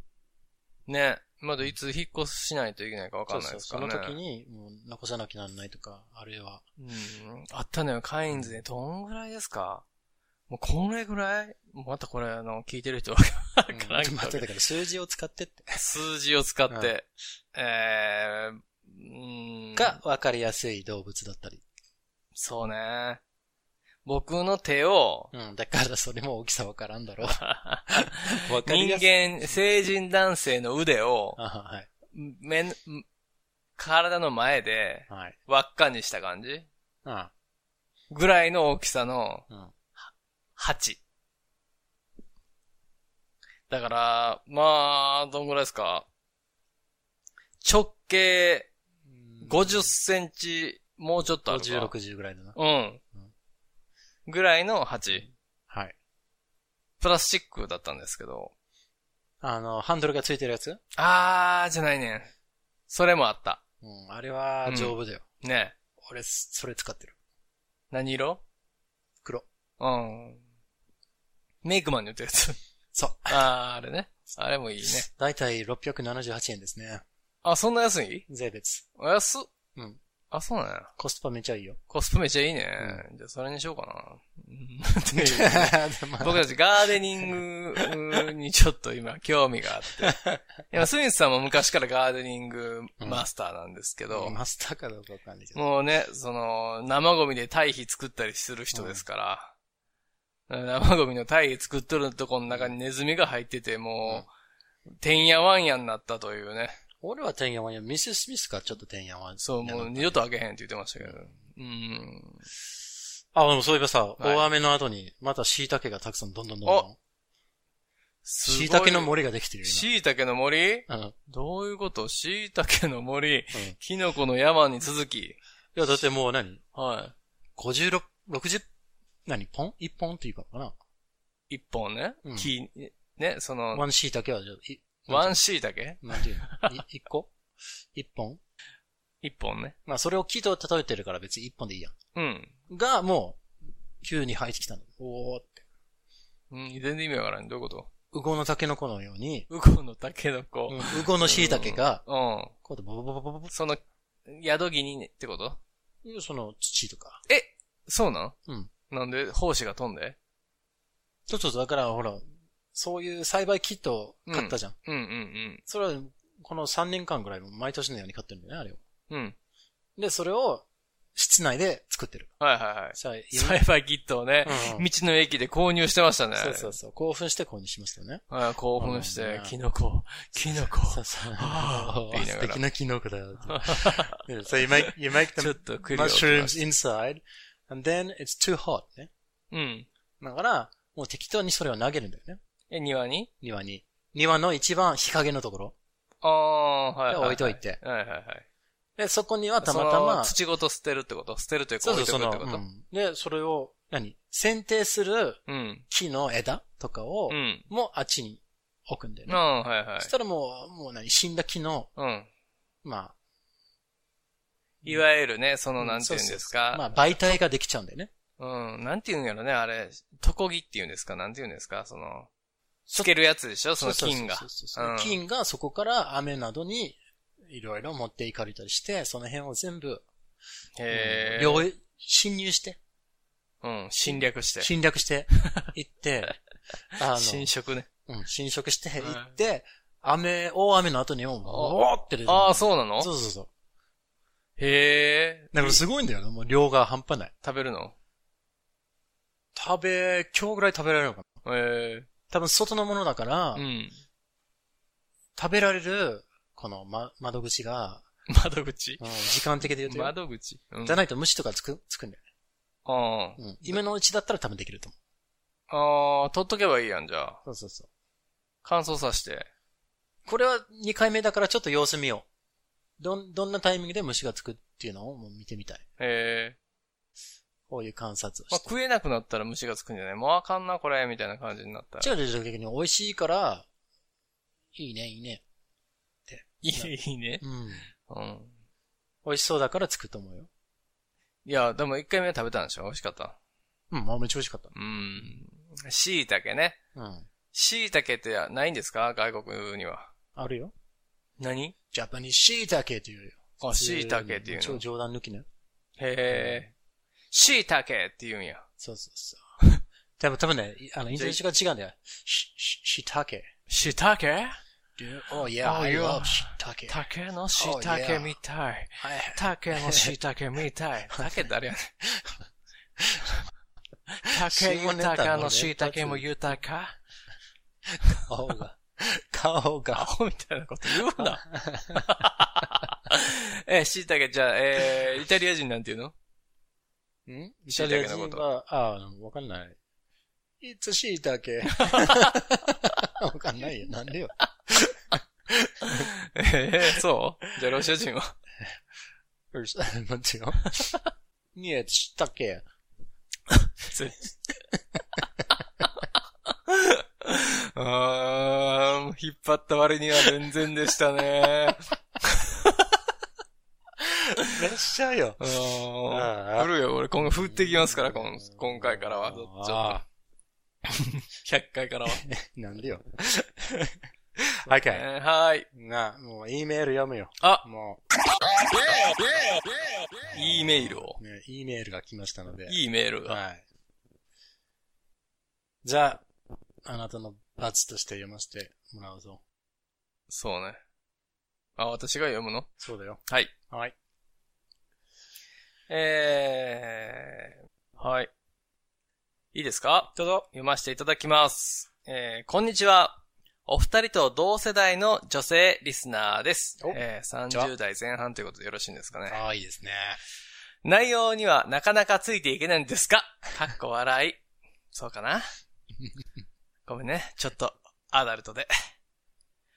Speaker 1: ね。まだいつ引っ越ししないといけないかわかんないですからね。
Speaker 2: そうそうその時に、もう残さなきゃなんないとか、あるいは、
Speaker 1: うん。あったのよ、カインズで。どんぐらいですかもうこれぐらいもうまたこれ、あの、聞いてる人はわ
Speaker 2: うん、
Speaker 1: からんけど
Speaker 2: 待ってだから数字を使ってって。
Speaker 1: 数字を使って、
Speaker 2: うん
Speaker 1: えー、うん。
Speaker 2: が、わかりやすい動物だったり。
Speaker 1: そうね。僕の手 を、
Speaker 2: うん、だからそれも大きさわからんだろう。 わかり
Speaker 1: 人
Speaker 2: やすい。
Speaker 1: 間、成人男性の腕を、
Speaker 2: あはい。
Speaker 1: 目の、体の前で、
Speaker 2: はい。
Speaker 1: 輪っかにした感じ
Speaker 2: あ
Speaker 1: ぐらいの大きさの、
Speaker 2: うん
Speaker 1: 鉢。だから、まあ、どんぐらいですか直径50センチ、もうちょっとあるか。
Speaker 2: 50、60ぐらいだな。
Speaker 1: うん。ぐらいの鉢。
Speaker 2: はい。
Speaker 1: プラスチックだったんですけど。
Speaker 2: あの、ハンドルがついてるやつ
Speaker 1: あー、じゃないねん。それもあった。
Speaker 2: うん、あれは丈夫だよ。
Speaker 1: ね。
Speaker 2: 俺、それ使ってる。
Speaker 1: 何色
Speaker 2: 黒。
Speaker 1: うん。メイクマンに売ってるや つ。
Speaker 2: そう。
Speaker 1: あー、あれね。あれもいいね。
Speaker 2: だいたい678円ですね。
Speaker 1: あ、そんな安い
Speaker 2: 税別。
Speaker 1: おやす。
Speaker 2: うん。
Speaker 1: あ、そうなんや。
Speaker 2: コスパめちゃいいよ。
Speaker 1: コスプめっちゃいいね。じゃあ、それにしようかなうん。っていう 僕たちガーデニングにちょっと今興味があ って。今、スミスさんも昔からガーデニングマスターなんですけど、
Speaker 2: マスターかどうかわかんないけど。
Speaker 1: もうね、その、生ゴミで堆肥作ったりする人ですから、生ゴミの堆肥作っとるとこの中にネズミが入ってて、もう、てんやわんやになったというね。
Speaker 2: 俺は天やわんや、ミス・スミスかちょっと天やわん。
Speaker 1: そう、もう二度と開けへんって言ってましたけど。うん。
Speaker 2: あ、でもそういえばさ、
Speaker 1: い
Speaker 2: 大雨の後に、また椎茸がたくさんどんどんどんどん
Speaker 1: お。すごい
Speaker 2: 椎茸の森ができてるよ、
Speaker 1: 椎茸の森
Speaker 2: 今。うん。
Speaker 1: どういうこと椎茸の森、キノコの山に続き。
Speaker 2: いや、だってもう何
Speaker 1: は
Speaker 2: ?56、60、何ポン一本っていうかな。
Speaker 1: い。一本ね。
Speaker 2: うん
Speaker 1: 木、ね、その、
Speaker 2: ワン椎茸は、じゃあい
Speaker 1: ワン椎茸
Speaker 2: なんていうのい一個一本
Speaker 1: 一本ね。
Speaker 2: まあ、それを木と例えてるから別に一本でいいや
Speaker 1: うん。
Speaker 2: ん。が、もう、急に生えてきたの。おーって。
Speaker 1: うん、全然意味わからん。どういうこ
Speaker 2: ウゴのタケノコのように、
Speaker 1: とウコンのタケノコ。
Speaker 2: うんウゴの椎茸が、
Speaker 1: うん。
Speaker 2: こうやってボボボボボボ
Speaker 1: その、宿木にねってこと
Speaker 2: ボ、その土とか。
Speaker 1: えそうなん
Speaker 2: うん。
Speaker 1: なんで、胞子が飛んで
Speaker 2: そうそうそう、だからほら、そういう栽培キットを買ったじゃん。
Speaker 1: うんうん
Speaker 2: それは、この3年間ぐらい毎年のように買ってるんだよね、あれを。
Speaker 1: うん。うん。
Speaker 2: で、それを、室内で作ってる。
Speaker 1: はいはいはい。
Speaker 2: さあ、い
Speaker 1: 栽培キットをね、
Speaker 2: うんうん
Speaker 1: 道の駅で購入してましたね。
Speaker 2: そうそうそう。興奮して購入しましたよね。
Speaker 1: はい興奮し
Speaker 2: そうなん
Speaker 1: て
Speaker 2: だ、
Speaker 1: キノコ、キノコ。
Speaker 2: そうそう。
Speaker 1: はぁ
Speaker 2: 素敵なキノコだよって。Yeah, so you make, you make
Speaker 1: ちょ
Speaker 2: them
Speaker 1: っとクリアしま
Speaker 2: mushrooms
Speaker 1: し
Speaker 2: inside, and then it's too hot ね。
Speaker 1: た。うん。
Speaker 2: だから、もう適当にそれを投げるんだよね。
Speaker 1: え、庭に
Speaker 2: 庭に。庭の一番日陰のところ。
Speaker 1: ああ、はい、はい。
Speaker 2: で置いといて
Speaker 1: はいはいはい。
Speaker 2: で、そこにはたま
Speaker 1: そ
Speaker 2: た
Speaker 1: の
Speaker 2: ま、
Speaker 1: 土ごと捨てるってこと捨てるというか
Speaker 2: そう
Speaker 1: 置い
Speaker 2: そ、
Speaker 1: うと
Speaker 2: そ
Speaker 1: くってこ、
Speaker 2: のう
Speaker 1: と
Speaker 2: んで、それを、何剪定する
Speaker 1: うん。
Speaker 2: 木の枝とかを
Speaker 1: う、ん。
Speaker 2: もうあっちに置くんだよ
Speaker 1: う
Speaker 2: ね
Speaker 1: ん、。はいはい
Speaker 2: そし。たらもう、もう何死んだ木の、
Speaker 1: うん。
Speaker 2: ま
Speaker 1: いわゆるね、そ
Speaker 2: あ、
Speaker 1: の、なんていうんですか。
Speaker 2: まあ、媒体ができちゃうんだよね。
Speaker 1: うん、なんていうんやろね、あれ、トコギっていうんですかなんていうんですかその、つけるやつでしょその菌が
Speaker 2: そう。そうそうそう
Speaker 1: うん
Speaker 2: 菌がそこから雨などにいろいろ持っていかれたりして、その辺を全部、
Speaker 1: へえ。
Speaker 2: 領域侵入して、
Speaker 1: うん、侵略して。
Speaker 2: 侵略していって、 あの、
Speaker 1: 侵食ね。
Speaker 2: うん侵食していって、雨、大雨の後にもう、おーって出てくる
Speaker 1: ああ、そうなの
Speaker 2: そうそうそう。
Speaker 1: へえ。
Speaker 2: だからすごいんだよね。もう量が半端ない。
Speaker 1: 食べるの
Speaker 2: 食べ、今日ぐらい食べられるのかな
Speaker 1: へえ。
Speaker 2: 多分外のものだから、
Speaker 1: うん。
Speaker 2: 食べられる、この、ま、窓口が、
Speaker 1: 窓口
Speaker 2: うん時間的で言うとよ、
Speaker 1: 窓口うん
Speaker 2: じゃないと虫とかつく、つくんだよ
Speaker 1: あ
Speaker 2: ね。うん。今のうちだったら多分できると
Speaker 1: あ。
Speaker 2: 思
Speaker 1: ああ、取っとけばいいやん、じゃあ。
Speaker 2: う。そうそうそう。
Speaker 1: 乾燥さして。
Speaker 2: これは2回目だからちょっと様子見よう。どん、どんなタイミングで虫がつくっていうのをもう見てみたい。
Speaker 1: へえ。
Speaker 2: こういう観察を
Speaker 1: まあ、
Speaker 2: して。
Speaker 1: 食えなくなったら虫がつくんじゃないもうあかんな、これ、みたいな感じになったら。
Speaker 2: 違う違う違う逆に美味しいから、いいね、いいね。
Speaker 1: いいいいね。
Speaker 2: うん。
Speaker 1: うん。
Speaker 2: 美味しそうだから作ると思うよ。
Speaker 1: いや、でも一回目は食べたんでしょ美味しかった。
Speaker 2: うん、まあめっちゃ美味しかった。
Speaker 1: うん。椎茸ね。
Speaker 2: うん。
Speaker 1: 椎茸ってないんですか外国には。
Speaker 2: あるよ。
Speaker 1: 何
Speaker 2: ジャパニーシイタケっていうよ。
Speaker 1: あ、椎茸っていう
Speaker 2: 超
Speaker 1: の。
Speaker 2: 冗談抜きね。
Speaker 1: へえ。椎茸って言うんや。
Speaker 2: そうそうそう。 でも多分ね、いあの、イントネーションが違うんだよ。し、し、しいたけ。
Speaker 1: 椎茸
Speaker 2: Do- Oh yeah,
Speaker 1: Oh,
Speaker 2: I
Speaker 1: yeah.
Speaker 2: love しいたけ。はい。
Speaker 1: 竹の椎茸みたい。竹の椎茸みたい。竹誰やねん。竹豊かの椎茸も豊か。
Speaker 2: 顔が、顔が、
Speaker 1: アホみたいなこと言う な。え、椎茸じゃあ、えー、イタリア人なんていうの
Speaker 2: んイ
Speaker 1: 椎
Speaker 2: タリア
Speaker 1: 茸の
Speaker 2: 人
Speaker 1: こと
Speaker 2: は、ああ、わかんない。いつしいたけ。 わかんないよ。なんでよ。
Speaker 1: えー、そうじゃあロシア人は。
Speaker 2: うるさい。待ってよ。にえ、し いたけ。
Speaker 1: あー、引っ張った割には全然でしたね。
Speaker 2: いらっしゃいよ。
Speaker 1: うーん
Speaker 2: あ
Speaker 1: 振るよ、俺今後振ってきますから、今今回からは。ちょっと
Speaker 2: あ
Speaker 1: 100回 からは。
Speaker 2: ーなんでよ。OK。
Speaker 1: えーはーい。
Speaker 2: な、もう、E メール読むよ。
Speaker 1: あ
Speaker 2: も
Speaker 1: E メールを。
Speaker 2: う、ね、E メールが来ましたので。
Speaker 1: いいメールが。
Speaker 2: はい。じゃあ、あなたの罰として読ませてもらうぞ。
Speaker 1: そうね。あ、私が読むの
Speaker 2: そうだよ。
Speaker 1: はい。
Speaker 2: はい。
Speaker 1: えー、はい。いいですかどうぞ。読ませていただきます。えー、こんにちは。お二人と同世代の女性リスナーです
Speaker 2: お。
Speaker 1: えー、
Speaker 2: じゃあ
Speaker 1: 30代前半ということでよろしいんですかね。
Speaker 2: ああ、いいですね。
Speaker 1: 内容にはなかなかついていけないんですかかっこ笑い。そうか なごめんね。ちょっと、アダルトで。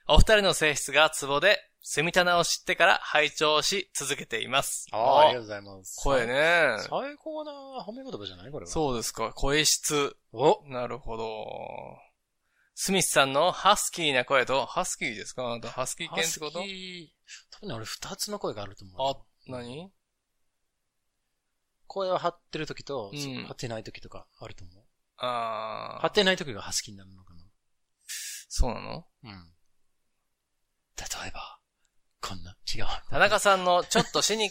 Speaker 1: お二人の性質がツボで、セミ棚を知ってから拝聴し続けています。
Speaker 2: ああ、ありがとうございます。
Speaker 1: 声。ね。
Speaker 2: 最高な褒め言葉じゃないこれは。う。
Speaker 1: そうですか。声質。
Speaker 2: お
Speaker 1: なるほど。スミスさんのハスキーな声と、ハスキーですかあなたハスキー犬ってこと
Speaker 2: ハスキー多分ね、俺二つの声があると思う。
Speaker 1: あ、何
Speaker 2: 声を張ってる時と、
Speaker 1: うん
Speaker 2: 張ってない時とかあると思う。
Speaker 1: あ
Speaker 2: 張
Speaker 1: あ
Speaker 2: っ。てない時がハスキーになるのか
Speaker 1: そうなの
Speaker 2: な。うん。例えば、こんな、違う。
Speaker 1: 田中さんのちょっとシニ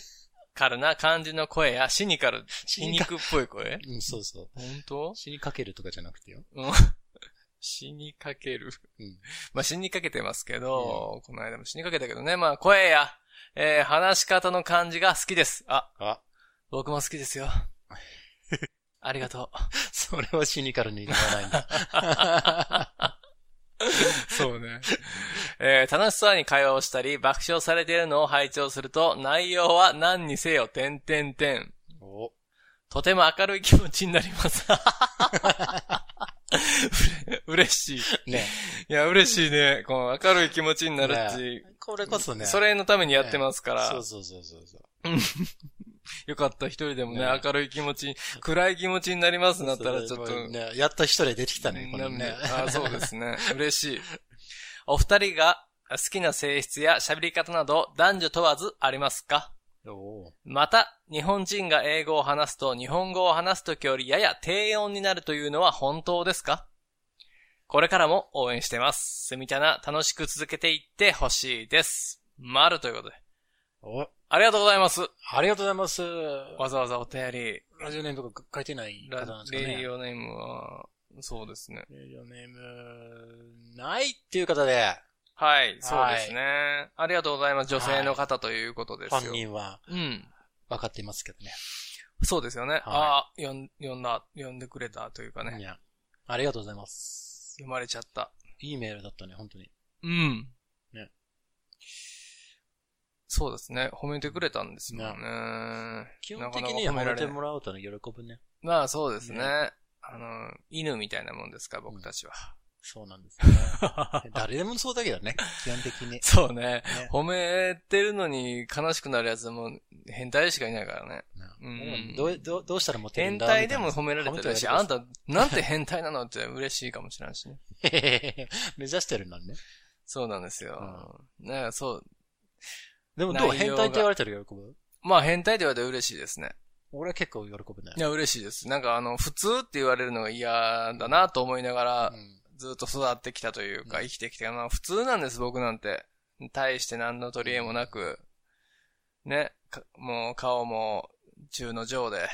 Speaker 1: カルな感じの声や、シニカル、
Speaker 2: 死
Speaker 1: 皮
Speaker 2: にか、
Speaker 1: 肉っぽい声
Speaker 2: うん、そうそう。
Speaker 1: 本当
Speaker 2: 死にかけるとかじゃなくてよ。
Speaker 1: うん。死にかける。
Speaker 2: うん
Speaker 1: まあ死にかけてますけど、この間も死にかけたけどね。まあ声や、えー話し方の感じが好きです。あ、
Speaker 2: あ、
Speaker 1: 僕も好きです よ。ありがと
Speaker 2: それはシニカルに言わないんだ。
Speaker 1: う。 そうね。 えー楽しそうに会話をしたり、爆笑されているのを拝聴すると、内容は何にせよ、点点点。
Speaker 2: お
Speaker 1: とても明るい気持ちになります。 うれ嬉しい。
Speaker 2: ね
Speaker 1: いや、嬉しいね。この明るい気持ちになるって、
Speaker 2: これこそね。
Speaker 1: それのためにやってますから、
Speaker 2: そうそうそうそうそう。
Speaker 1: よかった一人でもね、
Speaker 2: ね
Speaker 1: 明るい気持ち、暗い気持ちになりますなったらちょっ
Speaker 2: それ
Speaker 1: と、
Speaker 2: ね、やっと一人出てきたね、このね。
Speaker 1: あそうですね。嬉しい。お二人が好きな性質や喋り方など男女問わずありますか
Speaker 2: おー
Speaker 1: また、日本人が英語を話すと日本語を話すときよりやや低音になるというのは本当ですかこれからも応援してます。すみたな楽しく続けていってほしいです。まるということで。
Speaker 2: お
Speaker 1: ありがとうございます。
Speaker 2: ありがとうございます。
Speaker 1: わざわざお便り。
Speaker 2: ラジオネームとか書いてない
Speaker 1: ラ
Speaker 2: 方なんですか
Speaker 1: レデ
Speaker 2: ね
Speaker 1: ィ。オネームは、そうですね。
Speaker 2: レディオネーム、ないっていう方で、
Speaker 1: はい、そうですね。ありがとうございます。女性の方ということですよ。
Speaker 2: 本人は
Speaker 1: うん。
Speaker 2: 分かっていますけどね。
Speaker 1: そうですよね。ああ、呼ん呼んだ、呼んでくれたというか
Speaker 2: い
Speaker 1: ね。
Speaker 2: やありがとうございます。
Speaker 1: 読まれちゃった。
Speaker 2: いいメールだったね、本当に。
Speaker 1: うん。
Speaker 2: ね
Speaker 1: そうですね。褒めてくれたんですもんね。
Speaker 2: 基本
Speaker 1: なかなか
Speaker 2: 的に
Speaker 1: 褒
Speaker 2: 褒
Speaker 1: めら
Speaker 2: め
Speaker 1: れ
Speaker 2: て
Speaker 1: ない。
Speaker 2: もらうとね、喜ぶね。
Speaker 1: まあそうですね。
Speaker 2: ね
Speaker 1: あの、犬みたいなもんですから、僕たちは。
Speaker 2: そうなんですね。 誰でもそうだけどね、基本的に。
Speaker 1: そうね。褒めてるのに悲しくなるやつはもう変態しかいないからね。
Speaker 2: な
Speaker 1: う
Speaker 2: うん
Speaker 1: ん。
Speaker 2: どう、どう、どうしたらモテるん
Speaker 1: 変
Speaker 2: だ
Speaker 1: 態で
Speaker 2: み
Speaker 1: も褒められたらいいし、
Speaker 2: 褒め
Speaker 1: あん
Speaker 2: て
Speaker 1: た、なんて変態なのって嬉しいかもしれないしね。
Speaker 2: たいな 目指してるんだね。
Speaker 1: そうなんですよ。ねそう。
Speaker 2: でもどう
Speaker 1: 内
Speaker 2: 変
Speaker 1: 容が
Speaker 2: 態って言われたら喜ぶ
Speaker 1: まあ変態って言われたら嬉しいですね。
Speaker 2: 俺は結構喜ぶね
Speaker 1: い。や、嬉しいです。なんかあの、普通って言われるのが嫌だなと思いながら
Speaker 2: う、ん
Speaker 1: ずっと育ってきたというか、
Speaker 2: うん
Speaker 1: 生きてきたまあ普通なんです、僕なんて。大して何の取り柄もなく、ね、かもう顔も中の上で、
Speaker 2: うんうん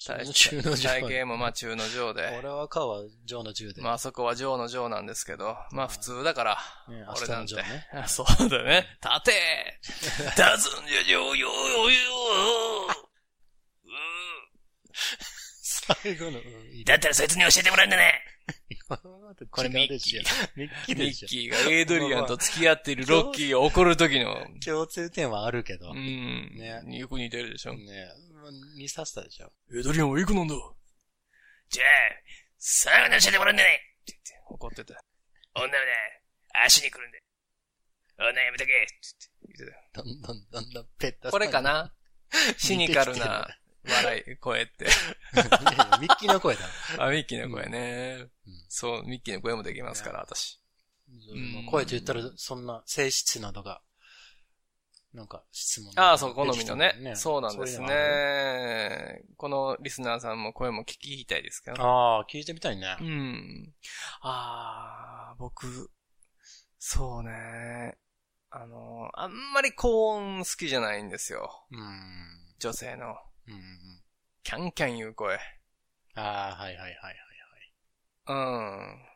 Speaker 1: 体
Speaker 2: 中の上
Speaker 1: 体型もまあ中の上で、
Speaker 2: 俺は顔は上の10で。
Speaker 1: まあそこは上の上なんですけど、まあ普通だから、
Speaker 2: ね、明
Speaker 1: 俺
Speaker 2: 日
Speaker 1: な
Speaker 2: の
Speaker 1: んて
Speaker 2: 上。ね。
Speaker 1: あそうだね。立て立つんじゃ上よよようん
Speaker 2: 最後の、うん、い い
Speaker 1: だったらそいつに教えてもらうんだね
Speaker 2: これミッキー。ミッキー
Speaker 1: ミ
Speaker 2: で
Speaker 1: ッ
Speaker 2: しょ。
Speaker 1: キーがエイドリアンと付き合っているロッキーを怒る時の、
Speaker 2: 共通点はあるけど。
Speaker 1: う
Speaker 2: ね
Speaker 1: ん。
Speaker 2: ね
Speaker 1: よく似てるでしょ。
Speaker 2: 見させたでしょ。
Speaker 1: エドリアンはいくなんだじゃあ、最後に教えてもらうんだねって言って怒ってた。女はね、足に来るんだ。女やめとけって言ってた。
Speaker 2: どんどんどんどんペッタ
Speaker 1: これか
Speaker 2: な
Speaker 1: なシニカルな笑い、声って。
Speaker 2: ミッキーの声だ。
Speaker 1: あ、ミッキーの声ね。
Speaker 2: うん
Speaker 1: そう、ミッキーの声もできますから、私。ん
Speaker 2: もう声と言ったら、そんな、性質などが、なんか、質問。
Speaker 1: ああ、そう、好みのね。そうなん
Speaker 2: い
Speaker 1: です
Speaker 2: のがある。
Speaker 1: ね。このリスナーさんも声も聞きたいですけど。
Speaker 2: ああ、聞いてみたいね
Speaker 1: う。ん。ああ、僕、そうね。あの、あんまり高音好きじゃないんですよ。
Speaker 2: うん。
Speaker 1: 女性の。
Speaker 2: うんうん。
Speaker 1: キャンキャン言う声。
Speaker 2: ああ、はいはいはいはい。
Speaker 1: うん。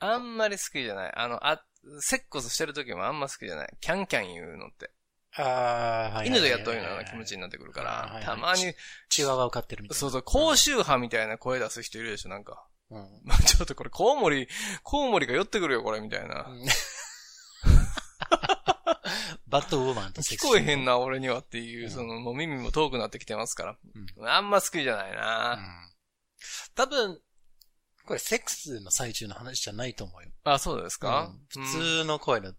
Speaker 1: あんまり好きじゃない。あの、あ、セックスしてる時もあんま好きじゃない。キャンキャン言うのって。
Speaker 2: ああ、はいはいはいはい。
Speaker 1: 犬とやっとるような気持ちになってくるか
Speaker 2: はいはいは
Speaker 1: ら
Speaker 2: い、
Speaker 1: たまに、
Speaker 2: チワワを飼ってるみたいな。
Speaker 1: そうそう、高周波みたいな声出す人いるでしょ、なんか。
Speaker 2: うん。うん。
Speaker 1: まあちょっとこれ、コウモリ、コウモリが寄ってくるよ、これ、みたいな。
Speaker 2: バッドウーマンとセ
Speaker 1: 聞
Speaker 2: クシー
Speaker 1: こえへんな、俺にはっていうう、
Speaker 2: ん
Speaker 1: その、もう耳も遠くなってきてますか
Speaker 2: うん。
Speaker 1: ら。あんま好きじゃない
Speaker 2: うん
Speaker 1: な。
Speaker 2: 多分、これセックスの最中の話じゃないと思うよ。
Speaker 1: あ、そうですか
Speaker 2: う
Speaker 1: うんん
Speaker 2: 普通の声の、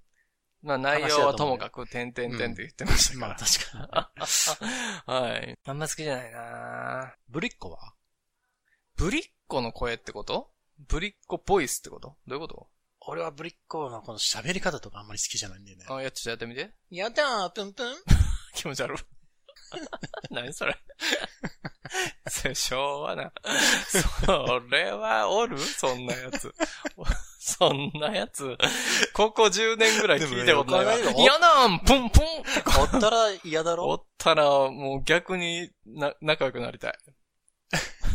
Speaker 1: まあ内容はともかく、点々点って言ってました
Speaker 2: まあ
Speaker 1: か
Speaker 2: 確かに。
Speaker 1: ら。 はい。あんま好きじゃないな。
Speaker 2: ブリッコは
Speaker 1: ブリッコの声ってことブリッコボイスってことどういうこ
Speaker 2: 俺はブリッコのこの喋り方とかあんまり好きじゃないんだよね。
Speaker 1: とあ、やっちょっとやってみて。
Speaker 2: やだー、プン プン。
Speaker 1: 気持ち悪い。 何それ。それ昭和な。それはおるそんなやつ。 そんなやつ。ここ10年ぐらい聞いたことないわ。
Speaker 2: でもよく考えれば
Speaker 1: 嫌なんプンプン
Speaker 2: おったら嫌だ
Speaker 1: お
Speaker 2: ろ
Speaker 1: ったら、もう逆にな、仲良くなりたい。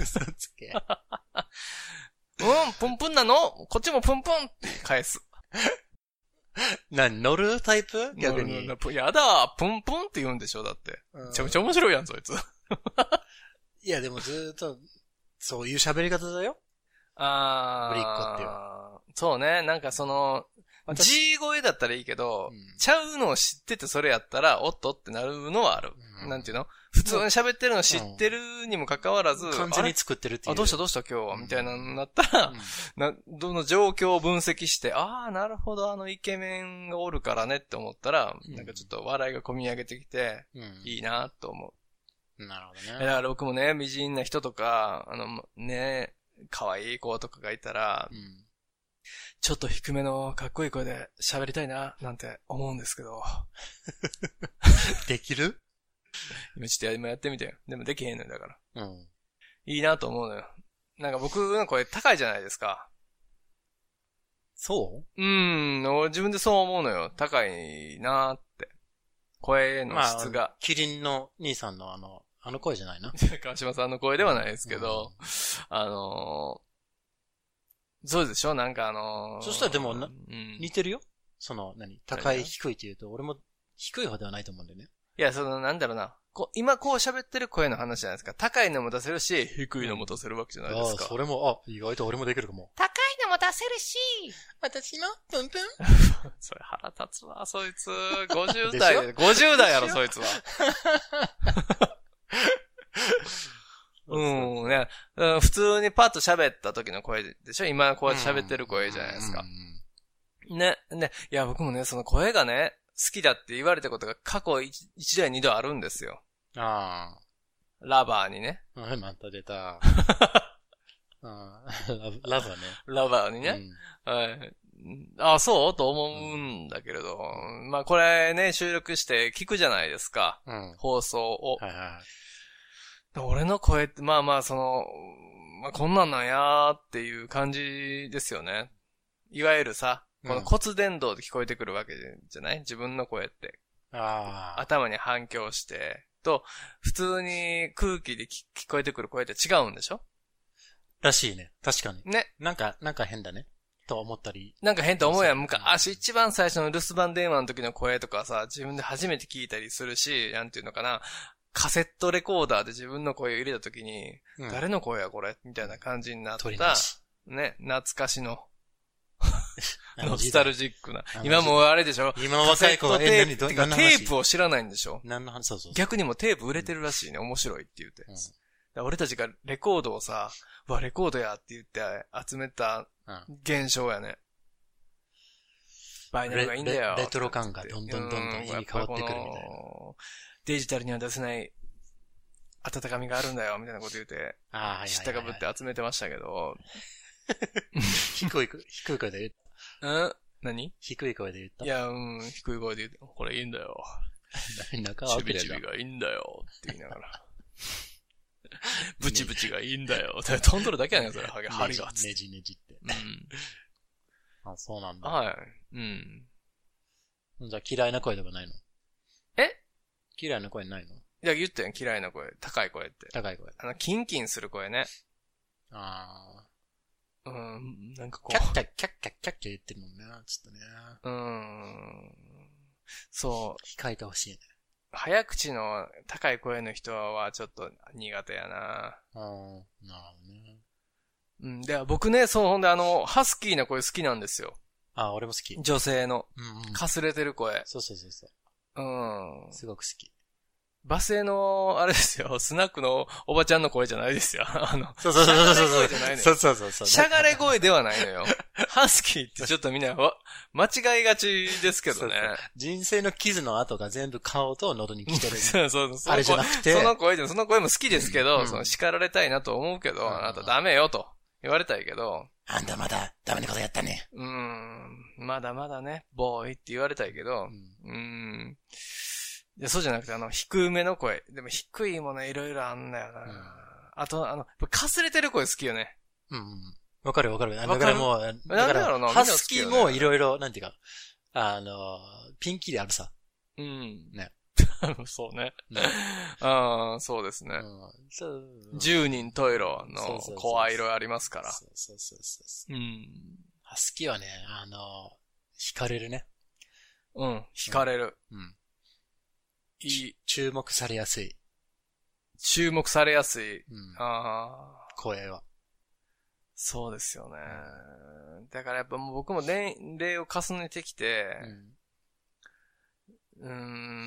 Speaker 2: 嘘つけ。
Speaker 1: うん、プンプンなのこっちもプンプンって返す。
Speaker 2: な、乗るタイプ逆に。
Speaker 1: やだ、プンプンって言うんでしょ、だって。めちゃめちゃ面白いやん、そいつ。
Speaker 2: いや、でもずーっと、そういう喋り方だよ。
Speaker 1: あー。
Speaker 2: ブリッコっていう
Speaker 1: そうね、なんかその、G 声だったらいいけど、
Speaker 2: うん
Speaker 1: ちゃうのを知っててそれやったら、おっとってなるのはある。
Speaker 2: うん
Speaker 1: なんていうの普通に喋ってるの知ってるにもかかわらず、
Speaker 2: 完全
Speaker 1: あ
Speaker 2: に
Speaker 1: れ
Speaker 2: 作ってるっていう。
Speaker 1: あ、どうしたどうした今日はみたいなのになったら、な、どの状況を分析して、ああ、なるほど、あのイケメンがおるからねって思ったら、
Speaker 2: うん
Speaker 1: なんかちょっと笑いが込み上げてきて、
Speaker 2: うん。うん
Speaker 1: いいなと思う。
Speaker 2: なるほ
Speaker 1: え
Speaker 2: ど
Speaker 1: だ
Speaker 2: ね。
Speaker 1: から僕もね、美人な人とか、あの、ね、可愛い子とかがいたら
Speaker 2: う、ん。
Speaker 1: ちょっと低めのかっこいい声で喋りたいな、なんて思うんですけど。
Speaker 2: できる
Speaker 1: 今ちょっと今やってみてよ。でもできへんのよ、だから。
Speaker 2: うん。
Speaker 1: いいなと思うのよ。なんか僕の声高いじゃないですか。
Speaker 2: そ
Speaker 1: う
Speaker 2: う
Speaker 1: ーん、俺自分でそう思うのよ。高いなーって。声の質が。
Speaker 2: キリンの兄さんのあの、あの声じゃないな。
Speaker 1: 川島さんの声ではないですけど、あのー、そうでしょなんかあのー、
Speaker 2: そしたらでもな
Speaker 1: うん、
Speaker 2: 似てるよその、何高い、低いって言うと、俺も低い方ではないと思うんだよね。
Speaker 1: いや、その、なんだろうな。こ今こう喋ってる声の話じゃないですか。高いのも出せるし、低いのも出せるわけじゃないです
Speaker 2: あ
Speaker 1: か
Speaker 2: あ、。それも、あ、意外と俺もできるかも。
Speaker 1: 高いのも出せるし。
Speaker 2: 私も、プンプン。
Speaker 1: それ腹立つわ、そ いつ。50
Speaker 2: でしょ
Speaker 1: 代、50代やろ、そいつは。 うん、ね。うん普通にパッと喋った時の声でしょ今こうやって喋ってる声じゃないですか。ね、ね。いや、僕もね、その声がね、好きだって言われたことが過去 1, 代2度あるんですよ。
Speaker 2: あ
Speaker 1: ラバーにね。
Speaker 2: あ。はい、また 出た。あーラブ、ラブはね。
Speaker 1: ラバーにね。はい。あ、そうと思うんだけれど。まあこれね、収録して聞くじゃないですか。
Speaker 2: うん。うん。
Speaker 1: 放送を。
Speaker 2: はいは
Speaker 1: 俺の声って、まあまあ、その、まあこんなんなんやーっていう感じですよね。いわゆるさ、この骨伝導で聞こえてくるわけじゃない自分の声って。
Speaker 2: い。ああ。
Speaker 1: 頭に反響して、と、普通に空気で聞聞こえてくる声って違うんでしょ
Speaker 2: らしいね。確かに。
Speaker 1: ね。
Speaker 2: なんか、なんか変だね。と思ったり。
Speaker 1: なんか変と思うやん。昔、一番最初の留守番電話の時の声とかさ、自分で初めて聞いたりするし、なんていうのかな。カセットレコーダーで自分の声を入れた時に、
Speaker 2: うん
Speaker 1: 誰の声やこれみたいな感じになっ
Speaker 2: 鳥
Speaker 1: た
Speaker 2: な。し。
Speaker 1: ね、懐かしの、
Speaker 2: あの
Speaker 1: ノスタルジックな
Speaker 2: あ。の
Speaker 1: 今もうあれでしょ
Speaker 2: 今の若い子は、
Speaker 1: カセ
Speaker 2: え、
Speaker 1: ッ
Speaker 2: 何、
Speaker 1: トテープ、て
Speaker 2: ど、
Speaker 1: か
Speaker 2: 何の
Speaker 1: テ
Speaker 2: 話
Speaker 1: ープを知らないんでしょ
Speaker 2: 何の話、そうそうそう。
Speaker 1: 逆にもうテープ売れてるらしいね。面白いって言って。
Speaker 2: うん
Speaker 1: だから俺たちがレコードをさ、うわ、レコードやって言って集めた
Speaker 2: う
Speaker 1: 現象やね。バイナルがいいんだよ。
Speaker 2: レレレトロ感がどんどんどんどん
Speaker 1: う
Speaker 2: 意味変わってくるみたいな
Speaker 1: やぱりこのデジタルには出せない温かみがあるんだよ、みたいなこと言って、
Speaker 2: ああ、はいはいはい。
Speaker 1: 知ったかぶって集めてましたけど。
Speaker 2: 低い声、低い声で言う、
Speaker 1: うん何
Speaker 2: 低い声で言った。
Speaker 1: いや、うん、低い声で言って、これいいんだよ。
Speaker 2: 中は
Speaker 1: チ
Speaker 2: 悪
Speaker 1: ビ
Speaker 2: だ
Speaker 1: チビ
Speaker 2: よ
Speaker 1: がいいんだよ。って言いながら。ブチブチがいいんだよ。だから飛んどるだけやねん、それ。ハゲ、
Speaker 2: な。
Speaker 1: 針が。つっ
Speaker 2: ね
Speaker 1: て
Speaker 2: じねじって。
Speaker 1: うん。
Speaker 2: あ、そうなんだ。
Speaker 1: はい。うん。
Speaker 2: じゃあ嫌いな声とかないの
Speaker 1: え
Speaker 2: 嫌いな声ないの
Speaker 1: いや、言ったやん、嫌いな声。高い声って。
Speaker 2: 高い声。
Speaker 1: あの、キンキンする声ね。
Speaker 2: あ
Speaker 1: う
Speaker 2: あ。
Speaker 1: ん、なんかこ
Speaker 2: キャッキャッキャッキャッキャッキャ言ってるもんね。ちょっとね。
Speaker 1: う。うん。そう。
Speaker 2: 控えてほしいね。
Speaker 1: 早口の高い声の人はちょっと苦手やな。
Speaker 2: うん。なるほどね。
Speaker 1: うん。で、僕ね、そう、ほんであの、ハスキーな声好きなんですよ。
Speaker 2: あ、俺も好き。うん
Speaker 1: 女性の。
Speaker 2: うん。
Speaker 1: かすれてる声。
Speaker 2: そうそうそうそう。
Speaker 1: うん。
Speaker 2: すごく好き。
Speaker 1: バスへの、あれですよ、 スナックのおばちゃんの声じゃないですよ。 あの、
Speaker 2: そうそうそうそうそう。
Speaker 1: しゃがれ声じゃないのよ
Speaker 2: そうそうそうそう。
Speaker 1: しゃがれ声ではないの よ。ハスキーってちょっとみんな、わ間違いがちですけどね。
Speaker 2: 人生の傷の跡が全部顔と喉に来てる。
Speaker 1: そう そうそう。
Speaker 2: あれじゃなくて
Speaker 1: その声でも、その声も好きですけど、
Speaker 2: うん
Speaker 1: その叱られたいなと思うけど、
Speaker 2: うん
Speaker 1: あなたダメよと言われたいけど、
Speaker 2: あんたまだダメなことやったね。
Speaker 1: うーん、まだまだね、ボーイって言われたいけど、うーん。いや、そうじゃなくて、あの、低めの声。でも低いもね、いろいろあんだよな。
Speaker 2: うん
Speaker 1: あと、あの、かすれてる声好きよね。
Speaker 2: うんうん。わかるわかる。だ
Speaker 1: わ
Speaker 2: か
Speaker 1: かる
Speaker 2: らもう、だ
Speaker 1: な
Speaker 2: か
Speaker 1: んだろうなみ
Speaker 2: ら、
Speaker 1: んな
Speaker 2: ハ
Speaker 1: 好
Speaker 2: ス
Speaker 1: き
Speaker 2: キ
Speaker 1: よ
Speaker 2: ー
Speaker 1: ね
Speaker 2: もいろいろ、なんていうか、あの、ピンキリあるさ。
Speaker 1: うん。
Speaker 2: ね。
Speaker 1: そうね。
Speaker 2: ね
Speaker 1: ああ、そうです
Speaker 2: う
Speaker 1: ね。
Speaker 2: んそう
Speaker 1: 十人十色
Speaker 2: そう
Speaker 1: の
Speaker 2: そうそう
Speaker 1: 声色ありますから。
Speaker 2: そうそうそうそうそう
Speaker 1: うん。
Speaker 2: ハスキーはね、あの、惹かれるね。
Speaker 1: うん、惹かれる。
Speaker 2: うん。
Speaker 1: いい、
Speaker 2: 注目されやすい。
Speaker 1: 注目されやすい。
Speaker 2: うん。
Speaker 1: ああ、
Speaker 2: 声は。
Speaker 1: そうですよね。だからやっぱもう僕も年齢を重ねてきて、
Speaker 2: うん
Speaker 1: うー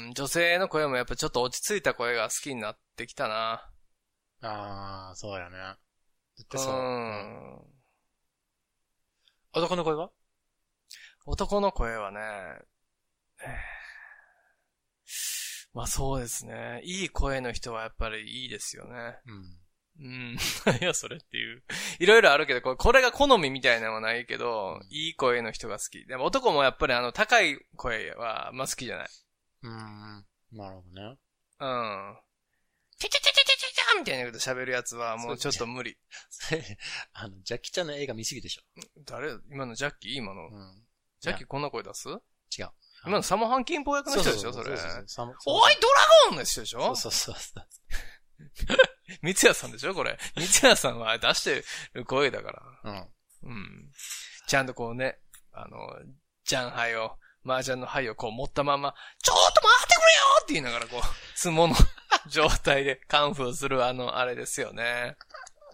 Speaker 1: ん、女性の声もやっぱちょっと落ち着いた声が好きになってきたな。
Speaker 2: ああ、そうやね。絶
Speaker 1: う
Speaker 2: 対そう。
Speaker 1: ん。
Speaker 2: 男の声は
Speaker 1: 男の声はね、えーまあそうですね。いい声の人はやっぱりいいですよね。
Speaker 2: うん。
Speaker 1: うん。 いや、それっていう。いろいろあるけど、これこれが好みみたいなのはないけど、いい声の人が好き。でも男もやっぱりあの、高い声は、まあ好きじゃない。
Speaker 2: うん。なるほどね。
Speaker 1: うん。てててててててみたいなこと喋るやつは、もうちょっと無理。
Speaker 2: それあの、ジャッキーちゃんの映画見すぎでしょ。
Speaker 1: 誰今のジャッキー今の
Speaker 2: う。ん。
Speaker 1: ジャッキーこんな声出す
Speaker 2: 違う。
Speaker 1: 今のサモハンキンポ役の人でしょそれ。
Speaker 2: それ
Speaker 1: おい、ドラゴンの人でしょ
Speaker 2: そうそうそうそう。
Speaker 1: 三ツ矢さんでしょこれ。三ツ矢さんは出してる声だから。
Speaker 2: うん。
Speaker 1: うん。ちゃんとこうね、あの、ジャンハイを、麻雀の牌をこう持ったまま、ちょっと待ってくれよって言いながらこう、相撲の状態でカンフーするあの、あれですよね。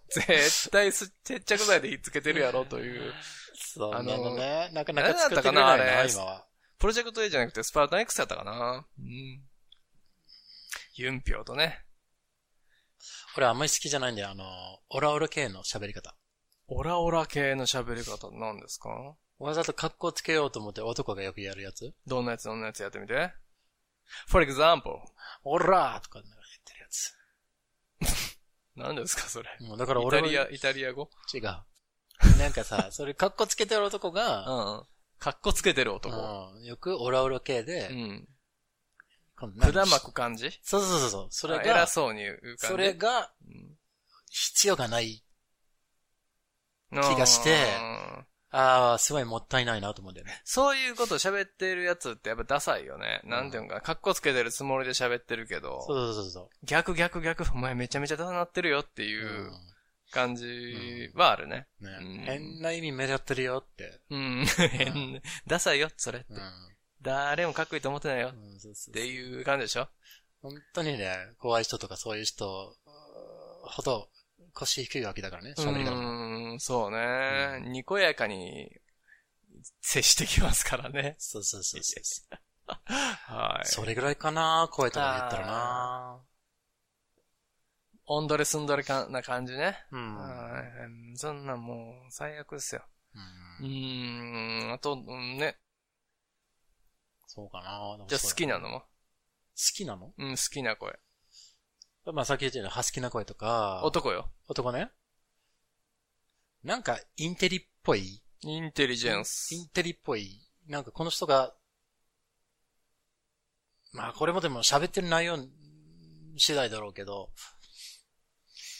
Speaker 1: 絶対す接着剤でひっつけてるやろという。
Speaker 2: そう
Speaker 1: あ
Speaker 2: な
Speaker 1: の
Speaker 2: のね。なかな
Speaker 1: あれ
Speaker 2: か
Speaker 1: だっ
Speaker 2: 作
Speaker 1: た
Speaker 2: って
Speaker 1: か
Speaker 2: くれ
Speaker 1: な
Speaker 2: ないな、
Speaker 1: あれ
Speaker 2: 今は。
Speaker 1: プロジェクト A じゃなくてスパルタン X やったかなうん。ユンピョウとね、
Speaker 2: 俺あんまり好きじゃないんだよ。あの、オラオラ系の喋り方。
Speaker 1: オラオラ系の喋り方なんですか
Speaker 2: わざと格好つけようと思って男がよくやるやつ。
Speaker 1: どんなやつどんなやつやってみて。For example,
Speaker 2: オラーとかなんかつ。
Speaker 1: 何ですか、それ。
Speaker 2: もうだから
Speaker 1: イ
Speaker 2: 俺
Speaker 1: タ
Speaker 2: は
Speaker 1: リア、イタリア語
Speaker 2: 違う。なん かさ、それカッコつけてる男
Speaker 1: う
Speaker 2: が、
Speaker 1: ん。かっこつけてる男。
Speaker 2: うんよくオラオラ系
Speaker 1: う
Speaker 2: で、
Speaker 1: ん。
Speaker 2: この
Speaker 1: くだまく感じ
Speaker 2: そうそうそうそう。それ
Speaker 1: あ
Speaker 2: が
Speaker 1: 偉、そうに言う感じ。
Speaker 2: それが
Speaker 1: うん、
Speaker 2: 必要がない。気がして
Speaker 1: うん
Speaker 2: ああ、すごいもったいないなと思うんだよね。
Speaker 1: そういうこと喋ってるやつってやっぱダサいよね。なんていうのかな、かっこつけてるつもりで喋ってるけ
Speaker 2: そ
Speaker 1: ど、
Speaker 2: うそうそうそ
Speaker 1: 逆逆逆、お前めちゃめちゃダサなってるよって
Speaker 2: う。
Speaker 1: いう
Speaker 2: うん
Speaker 1: 感じはあるね。
Speaker 2: ね
Speaker 1: うん
Speaker 2: 変な意味目立ってるよって。
Speaker 1: うん。 変ねダサいよ、それって。誰もかっこいいと思ってないよ。
Speaker 2: うんそうそう
Speaker 1: っていう感じでしょ
Speaker 2: 本当にね、怖い人とかそういう人ほど腰低いわけだからね、
Speaker 1: う
Speaker 2: 喋り方が。
Speaker 1: ーん、そうね。にこやかに接してきますからね。
Speaker 2: そうそうそうそうそ
Speaker 1: は
Speaker 2: う。
Speaker 1: い。
Speaker 2: それぐらいかな、声とか言ったらな。
Speaker 1: オンドレスンドレかな感じね。
Speaker 2: うん
Speaker 1: はい。そんなんもう最悪ですよ。う
Speaker 2: うん
Speaker 1: ーん、あと、うんね。
Speaker 2: そうかな。でも
Speaker 1: じゃあ
Speaker 2: そうだ
Speaker 1: 好きなのは
Speaker 2: 好きなの
Speaker 1: うん、好きな声。
Speaker 2: まあさっき言ったように、ハスキーな声とか、
Speaker 1: 男よ。
Speaker 2: 男ね。なんか、インテリっぽい。
Speaker 1: インテリジェン
Speaker 2: イン
Speaker 1: ス。
Speaker 2: テリっぽい。なんかこの人が、まあこれもでも喋ってる内容次第だろうけど、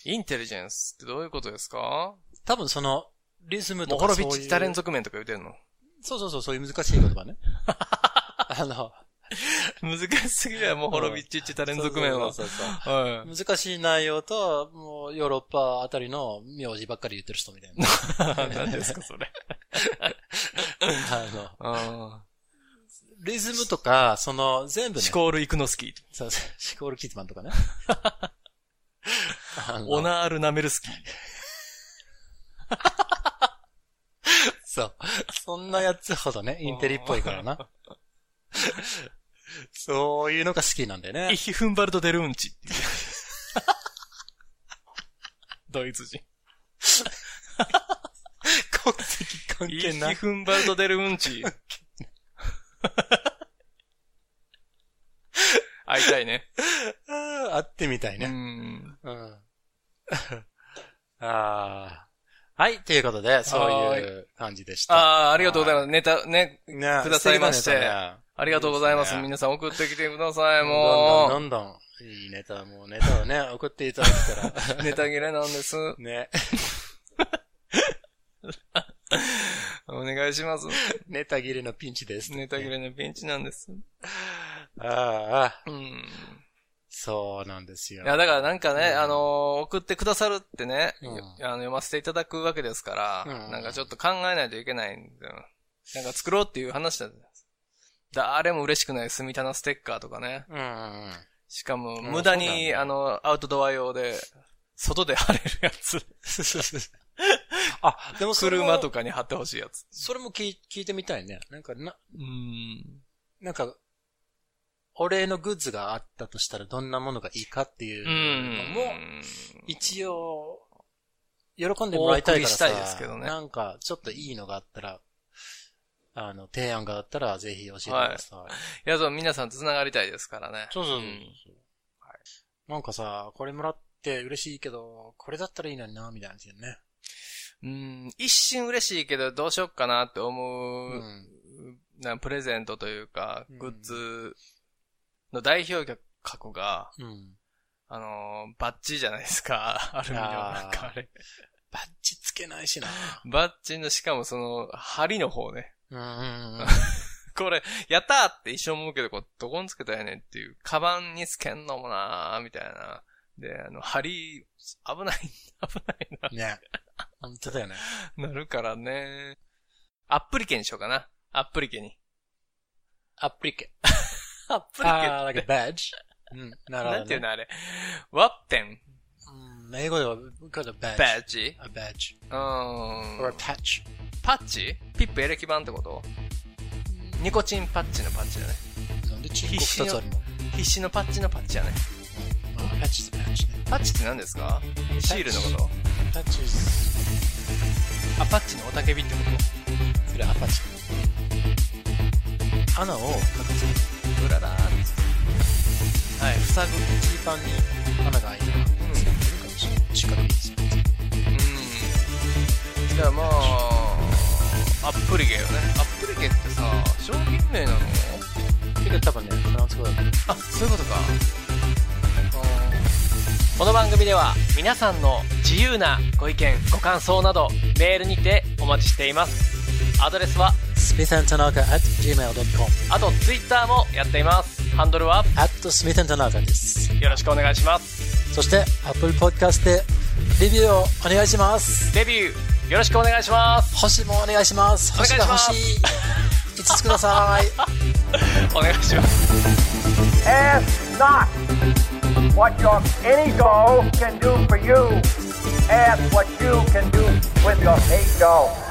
Speaker 1: インテリジェンスってどういうことですか
Speaker 2: 多分その、リズム
Speaker 1: も
Speaker 2: と
Speaker 1: うホ
Speaker 2: か
Speaker 1: ロ
Speaker 2: そう
Speaker 1: ビ
Speaker 2: いう。
Speaker 1: ッチ多連続面とか言うてんの
Speaker 2: そうそうそう、そういう難しい言 葉ね。あの、
Speaker 1: 難しすぎるやもうホロビッチッチ多連続面は。
Speaker 2: そうそうそう
Speaker 1: は
Speaker 2: そう難しい内容と、もうヨーロッパあたりの名字ばっかり言ってる人みた いな。
Speaker 1: い。何ですか、それ。
Speaker 2: あの、
Speaker 1: あ
Speaker 2: リズムとか、その、全部
Speaker 1: ー
Speaker 2: ね
Speaker 1: シ。コール・イクノスキー。
Speaker 2: そうそう、シコールキッズマン とかね。あの
Speaker 1: オナール・ナメルスキー。
Speaker 2: そう。そんなやつほどね、インテリっぽい からな。そういうのが好きなんだよ
Speaker 1: イ
Speaker 2: ね。
Speaker 1: ヒフンバルト・デルウンチっていう。ドイツ人。
Speaker 2: 国籍関
Speaker 1: イヒ。フンバルト・デルウンチ。会いたいね。
Speaker 2: あー会ってみたいうね。
Speaker 1: ん。
Speaker 2: うん。 ああ。はい、ということで、そういう感じでし
Speaker 1: あ
Speaker 2: た。
Speaker 1: あ、ありがとうございます。ネタ、ね、
Speaker 2: ね、くだ
Speaker 1: くださいましてありがとうございます。
Speaker 2: いいですね
Speaker 1: 皆さん送ってきてください、
Speaker 2: どんど
Speaker 1: も
Speaker 2: んどんどん、いいネタ、もうネタをね、送っていただけた
Speaker 1: う。
Speaker 2: ら。
Speaker 1: ネタ切れなんです。
Speaker 2: ね、
Speaker 1: お願いします。
Speaker 2: ネタ切れのピンチです。
Speaker 1: ネタ切れのピンチなんです。
Speaker 2: ああああ、
Speaker 1: うん。
Speaker 2: そうなんですよ。
Speaker 1: いや、だからなんかね、
Speaker 2: うん
Speaker 1: あのー送ってくださるってね、
Speaker 2: うん
Speaker 1: よあの読ませていただくわけですから、
Speaker 2: うん
Speaker 1: なんかちょっと考えないといけないんだよ。なんか作ろうっていう話だったんです。誰も嬉しくない住みたのステッカーとかね。
Speaker 2: うんうんうん。
Speaker 1: しかも、
Speaker 2: ん
Speaker 1: 無駄
Speaker 2: そうだ
Speaker 1: に、
Speaker 2: ね
Speaker 1: あの、アウトドア用で、外で貼れるや つ。
Speaker 2: あ、でもそれも
Speaker 1: 車とかに貼ってほしいやつ。
Speaker 2: それも聞い聞いてみたいね。なんか、な、
Speaker 1: うん。
Speaker 2: なんか、お礼のグッズがあったとしたらどんなものがいいかっていう
Speaker 1: う
Speaker 2: の
Speaker 1: ん。
Speaker 2: も、一応、喜んで
Speaker 1: お
Speaker 2: もらいた
Speaker 1: 送
Speaker 2: い
Speaker 1: り
Speaker 2: から
Speaker 1: し
Speaker 2: さ
Speaker 1: たいですけどね
Speaker 2: なんか、ちょっといいのがあったら、あの、提案があったら、ぜひ教えてください。
Speaker 1: いや、そう、皆さんと繋がりたいですからね。
Speaker 2: そうそうそうそう、
Speaker 1: ん
Speaker 2: なんかさ、これもらって嬉しいけど、これだったらいいのにな、みたいなやつよね。
Speaker 1: うん。一瞬嬉しいけど、どうしよっかなって思
Speaker 2: う
Speaker 1: う、
Speaker 2: ん。
Speaker 1: なプレゼントというか、
Speaker 2: うん
Speaker 1: グッズの代表格が、
Speaker 2: うん。
Speaker 1: あのーバッチじゃないですか。 アルミの、なんかあれ。
Speaker 2: バッチつけないしな。
Speaker 1: バッチの、しかもその、針の方ね。
Speaker 2: うんうんうん。
Speaker 1: これ、やったーって一生思うけど、これどこにつけたらやねんっていう、カバンにつけんのもなー、みたいな。で、あの、針、危ない、危ない
Speaker 2: ね。本当だよね。
Speaker 1: な、なるからね。アップリケにしようかな。アップリケに。
Speaker 2: アプリケ。
Speaker 1: アップリケ
Speaker 2: ああ、なんかバッジ。うん、なるほど、ね。
Speaker 1: なんていうのあれ。ワッペン、
Speaker 2: うん、英語では、これバッジ。
Speaker 1: バッジ
Speaker 2: A badge.
Speaker 1: うーん。
Speaker 2: Or a patch.
Speaker 1: パッチピップエレキ版ってことニコチンパッチのパッチだね。
Speaker 2: なんで中国二つあるの
Speaker 1: 必死のパッチのパッチやね。
Speaker 2: まあ、patch is patch ね。
Speaker 1: パッチって何ですかシールのこと
Speaker 2: patch is,
Speaker 1: アパッチの雄たけびってこ
Speaker 2: それアパッチ。穴を隠す。
Speaker 1: とうららーってはい。
Speaker 2: 塞ぐジーパンに穴が開いたら、
Speaker 1: ん
Speaker 2: それいけるかもしれない。四角いですよ。
Speaker 1: うん。じゃあまあ、アップリゲよね。アップリゲってさ、商品名なの
Speaker 2: けど多分ね、フランス語だと。
Speaker 1: あ、そういうことか。この番組では皆さんの自由なご意見、ご感想などメールにてお待ちしています。アドレスは、
Speaker 2: smithandtanaka at gmail.com
Speaker 1: あとツイッターもやっています。ハンドルは
Speaker 2: at smithandtanaka です。
Speaker 1: よろしくお願いします。
Speaker 2: そして、Apple Podcast でレビューをお願いします。
Speaker 1: デビューよろしくお願いします。
Speaker 2: 星もお願いします。
Speaker 1: お願いし
Speaker 2: 星が
Speaker 1: ま
Speaker 2: 欲
Speaker 1: す
Speaker 2: しい。5つください。
Speaker 1: お願いします。
Speaker 4: Ask not what your any doll can do for you. Ask what you can do with your hate doll.